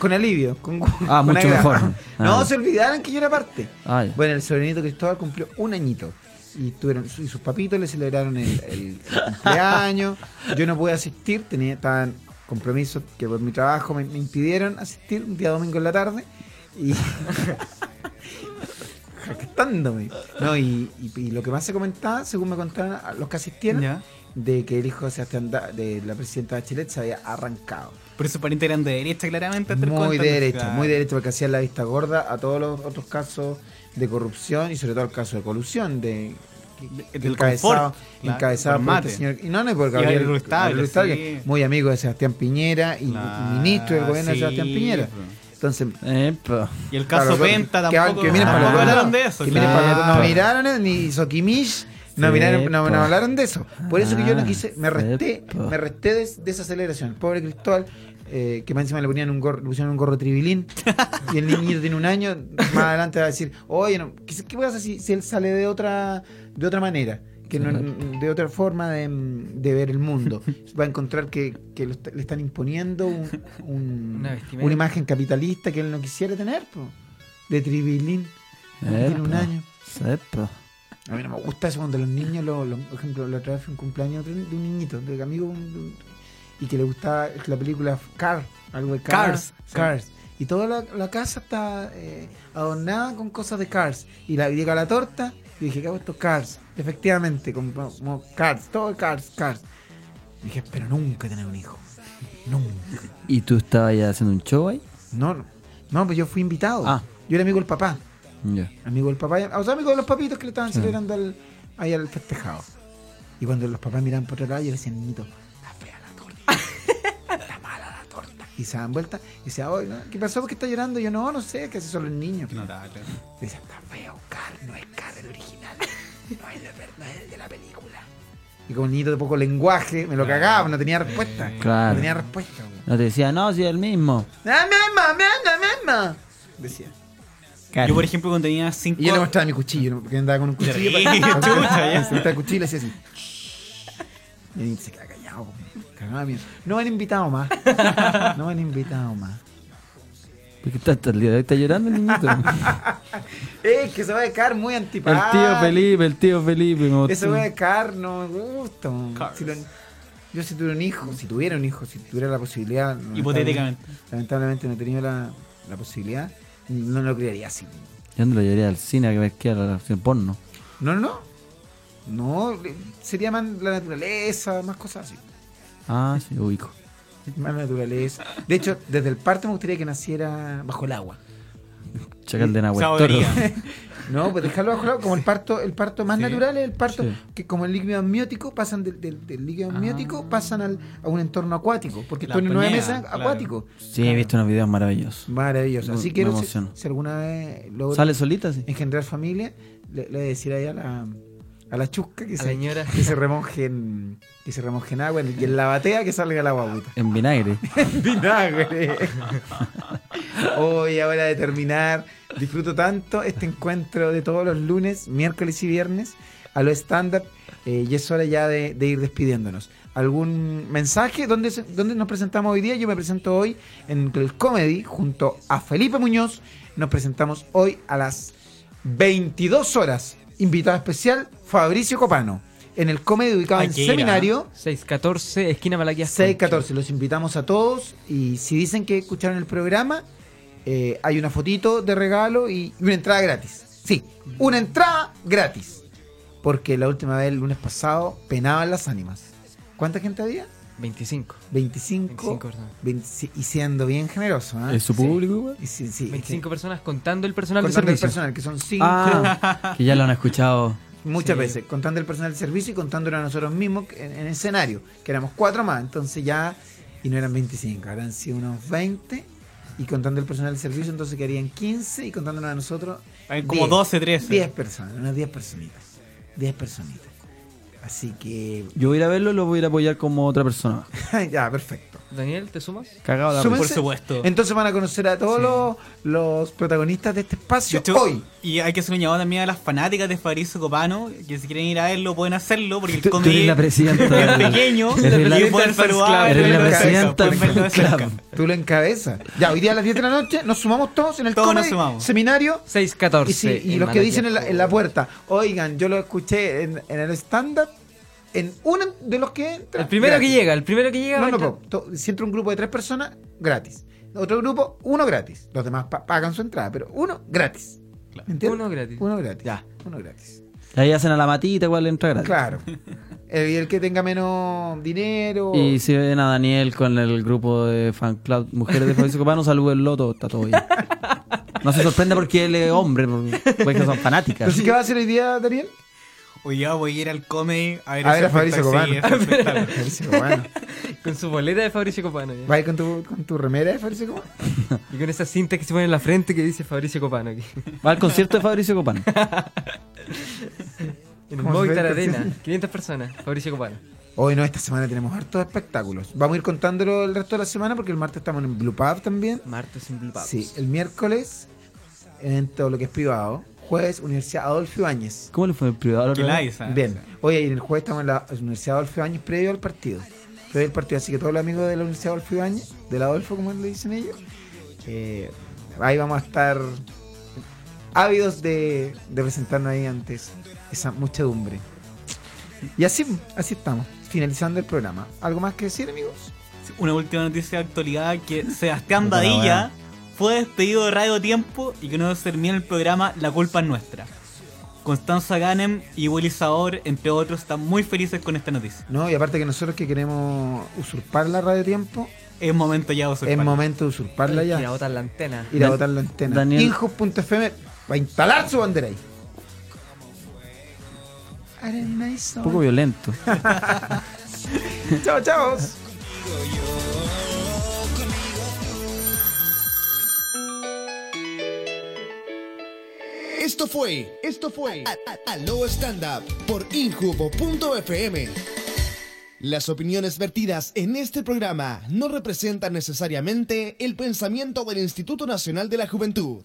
D: Con alivio. Con,
E: Ah,
D: con
E: mucho
D: agrado.
E: mejor. Ah.
D: No, se olvidaron que yo era parte.
E: Ah, ya.
D: Bueno, el sobrinito Cristóbal cumplió un añito. y, tuvieron, y sus papitos le celebraron el, el cumpleaños. Yo no pude asistir, tenía tan compromisos que por mi trabajo me, me impidieron asistir un día domingo en la tarde. Y. jactándome. No, y, y- y lo que más se comentaba, según me contaron a los que asistieron,
A: Ya.
D: de que el hijo de Sebastián Da- de la presidenta Bachelet se había arrancado.
A: Por eso pariente eran de derecha, claramente. hasta el
D: Muy
A: cuento,
D: de
A: ¿no?
D: derecha,
A: Claro.
D: muy de derecha, porque hacían la vista gorda a todos los otros casos de corrupción y sobre todo el caso de colusión, de
A: De- del
D: encabezado,
A: confort, claro,
D: encabezado
A: por
D: por
A: Mate.
D: este señor. Y no, no,
A: Y
D: por Gabriel,
A: Gabriel Rubistables,
D: Gabriel Rubistables,
A: sí.
D: muy amigo de Sebastián Piñera y
A: Claro,
D: ministro del gobierno de Sebastián
A: sí,
D: Piñera.
A: po.
D: Entonces,
A: Y el caso
D: Claro,
A: Penta
D: que-
A: tampoco.
D: Que, miren para los
A: no
D: dos
A: hablaron
D: lados.
A: de eso.
D: Que miren para los dos lados.
A: claro.
D: No miraron eh, ni Sokimish. No,
A: Sí,
D: miraron, no,
A: po.
D: no hablaron de eso. Por eso que yo no
A: Ah,
D: quise, me
A: sí, pues.
D: resté,
A: po.
D: me resté de, de esa celebración. Pobre Cristóbal, eh, que más encima le ponían un gorro, le pusieron un gorro tribilín. y el niñito tiene un año, más adelante va a decir, oye, no, ¿qué, qué pasa si, si él sale de otra, de otra manera? Que no- de otra forma de, de ver el mundo. Va a encontrar que, que lo está- le están imponiendo un- un-
C: Una
D: una,
C: vestimenta.
D: imagen capitalista que él no quisiera tener. po. De tribilín. Tiene un año.
E: Sepa.
D: A mí no me gusta eso cuando los niños, lo- lo- por ejemplo, la otra vez fue un cumpleaños de un, de un niñito, de un amigo, un- de un- y que le gustaba la película Car, algo de Car-
A: Cars, sí.
D: Cars. Y toda la, la casa está eh, adornada con cosas de Cars. Y la, llega la torta y dije, ¿qué hago esto? Cars. Efectivamente, compramos Cars, todo Cars, Cars. Y dije, pero nunca tener un hijo.
E: ¿Y tú estabas ya haciendo un show ahí?
D: No, no. No, pues yo fui invitado.
E: Ah.
D: Yo era amigo del papá.
E: Ya.
D: Amigo del papá, o sea, amigo de los papitos que le estaban
E: Sí.
D: celebrando al, ahí al festejado. Y cuando los papás miraban por otro lado, yo le decía, niñito, y se daban vuelta y decía, "Ay, no, ¿qué pasó? ¿Por qué está llorando? Y yo, no, no sé, que así son los niños. Y decía, está feo, Carl, no es Carl el original, no es, de, ver- no es el de la película. Y con un niñito de poco lenguaje, me lo cagaba, no tenía respuesta.
E: Claro.
D: No tenía respuesta. güey.
E: No te decía, no, si es el mismo.
D: ¡Ah, mema, mema, mema! Decía.
A: Yo, por ejemplo, cuando tenía 5
D: Y yo le mostraba mi cuchillo, ¿no? porque andaba con un
A: Sí,
D: cuchillo.
A: chucha, ya.
D: Se metía el cuchillo y le hacía así. Y el niño se queda callado. Cagaba miedo. No me han invitado más. No me han invitado más.
E: Porque está hasta el día de hoy está llorando el niñito.
D: Es que se va a dejar muy
E: el
D: antipático.
E: tío Felipe, Ah. el tío Felipe. como
D: Eso
E: tú.
D: voy a dejar, no me gusta. mon. Si lo- yo si tuviera un hijo, si tuviera un hijo, si tuviera la posibilidad. lamentablemente-
A: Hipotéticamente.
D: Lamentablemente no he tenido la, la posibilidad, no lo crearía así.
E: Yo no lo llevaría al cine a ver qué era la opción porno.
D: No, no, no. No, le- sería más la naturaleza, más cosas así.
E: Ah, sí, lo ubico.
D: Más naturaleza. De hecho, desde el parto me gustaría que naciera bajo el agua.
E: Chacal de Nahuel Toro.
D: Saboría. No, pues dejarlo bajo el agua, como el parto, el parto más natural es el parto
E: Sí.
D: que como el líquido amniótico pasan del, del- del líquido amniótico pasan al, a un entorno acuático, porque
A: La
D: estoy en nueve
A: apnea,
D: meses
A: claro.
D: acuático.
E: Sí, he visto unos videos maravillosos.
D: Maravilloso. Así que
E: Me
D: no sé si,
E: emociono.
D: alguna vez logro
E: ¿Sale solita? Sí.
D: engendrar familia, le, le voy a decir ahí a la, a la chusca que,
C: A
D: se,
C: la señora.
D: que se remoje en, que se remoje en agua en- y en la batea que salga la guaguita.
E: En vinagre.
D: Vinagre. Hoy, a hora de terminar, disfruto tanto este encuentro de todos los lunes, miércoles y viernes a lo estándar eh, y es hora ya de, de ir despidiéndonos. ¿Algún mensaje? ¿Dónde, se- ¿Dónde nos presentamos hoy día? Yo me presento hoy en el Comedy junto a Felipe Muñoz. Nos presentamos hoy a las 22 horas. Invitado especial, Fabricio Copano. En el Comedy ubicado
C: Hay
D: en
C: que ir, ¿ah?
D: Seminario.
C: 614, esquina Malaquía.
D: 614, los invitamos a todos y si dicen que escucharon el programa, eh, hay una fotito de regalo y una entrada gratis. Sí, una entrada gratis. Porque la última vez, el lunes pasado, penaban las ánimas. ¿Cuánta gente había?
C: 25.
D: 25.
C: 25 personas.
D: 20 y siendo bien generoso. ¿ah?
E: ¿Es su
D: Sí.
E: público, güey?
D: Y sí, sí, es que-
C: 25 personas contando el personal
D: contando
C: de
D: el
C: servicio.
D: personal, que son 5.
E: Ah, que ya lo han escuchado.
D: Muchas
C: Sí.
D: veces, contando el personal de servicio y contándonos a nosotros mismos que- en, en escenario, que éramos cuatro más, entonces ya, y no eran 25, ahora han sido unos 20, y contando el personal de servicio, entonces quedarían 15, y contándonos a nosotros.
A: Hay como 12, 13.
D: 10 personas, unas 10 personitas. 10 personitas. Así que,
E: Yo voy a ir a verlo y lo voy a ir a apoyar como otra persona.
D: ya, perfecto.
C: Daniel, ¿te sumas?
D: Cagado
C: la risa. Por supuesto.
D: Entonces van a conocer a todos los, los protagonistas de este espacio
A: De hecho,
D: hoy.
A: Y hay que hacer un llamado también a las fanáticas de Fabrizio Copano, que si quieren ir a verlo pueden hacerlo, porque el
E: Tú- tú
A: cómic
E: eres la presidenta
A: es
E: del-
A: pequeño,
E: eres la-
A: y pueden saludar,
E: Eres la
A: pueden verlo de cerca,
E: presidenta del
A: pueden verlo de cerca.
D: Tú lo encabezas. Ya, hoy día a las 10 de la noche nos sumamos todos en el
A: Todos nos
D: comedy
A: sumamos.
D: seminario.
C: 6-14.
D: Y, sí, y
C: en
D: los que
C: Manantial.
D: dicen en la, en la puerta, oigan, yo lo escuché en, en el stand-up, en uno de los que entra.
C: El primero
D: gratis.
C: que llega, el primero que llega.
D: No,
C: va
D: no,
C: a entrar.
D: po, to- si entra un grupo de tres personas, gratis. Otro grupo, uno gratis. Los demás pa- pagan su entrada, pero uno gratis. ¿Me entiendes?
C: Uno gratis.
D: Uno gratis. Uno gratis.
E: Ahí hacen a la matita, igual le entra gratis.
D: Claro. El, y el que tenga menos dinero.
E: Y si ven a Daniel con el grupo de fan club Mujeres de Fabrizio Copano, salúdenlo, todo está todo bien. No se sorprenda porque él es hombre, porque porque son fanáticas.
D: Entonces, ¿qué va a hacer hoy día, Daniel?
A: Hoy ya voy a ir al comedy a ver,
D: A ver a Fabricio Copano.
A: Copano.
D: Fabricio Copano.
C: Con su bolera de Fabricio Copano. ya.
D: ¿Va a ir con tu, con tu remera de Fabricio Copano?
C: Y con esa cinta que se pone en la frente que dice Fabricio Copano aquí.
E: Va al concierto de Fabricio Copano.
C: En el
D: ¿Cómo se
C: Movistar
D: ve el
C: Arena.
D: concierto?
C: 500 personas. Fabricio Copano.
D: Hoy no, esta semana tenemos hartos espectáculos. Vamos a ir contándolo el resto de la semana porque el martes estamos en Blue Pub también.
C: Martes en Blue Pub.
D: Sí, el miércoles, evento lo que es privado. Jueves, Universidad Adolfo Ibáñez.
E: ¿Cómo le fue el privado? la
A: Qué
E: otra vez?
A: nice, ¿eh?
D: Bien, hoy en el jueves estamos en la Universidad Adolfo Ibáñez previo al partido. Previo al partido, así que todos los amigos de la Universidad Adolfo Ibáñez, del Adolfo, como le dicen ellos, eh, ahí vamos a estar ávidos de, de presentarnos ahí antes esa muchedumbre. Y así, así estamos, finalizando el programa. ¿Algo más que decir, amigos?
A: Una última noticia de actualidad que Sebastián
D: Puta la
A: Badilla
D: weá.
A: fue despedido de Radio Tiempo y que no termina el programa La culpa es nuestra. Constanza Ganem y Willy Sabor, entre otros, están muy felices con esta noticia.
D: No, y aparte que nosotros que queremos usurpar la radio tiempo,
A: Es momento ya de
D: es
A: usurparla.
D: momento de usurparla
C: Y a
D: ya.
C: botar la antena.
D: Ir a
E: Dan-
D: botar la antena.
E: Daniel-
D: Injus.fm va a instalar su bandera ahí.
E: Un poco violento.
D: Chao, chao.
B: Esto fue, esto fue A- A- Aló Stand Up por Injubo.fm. Las opiniones vertidas en este programa no representan necesariamente el pensamiento del Instituto Nacional de la Juventud,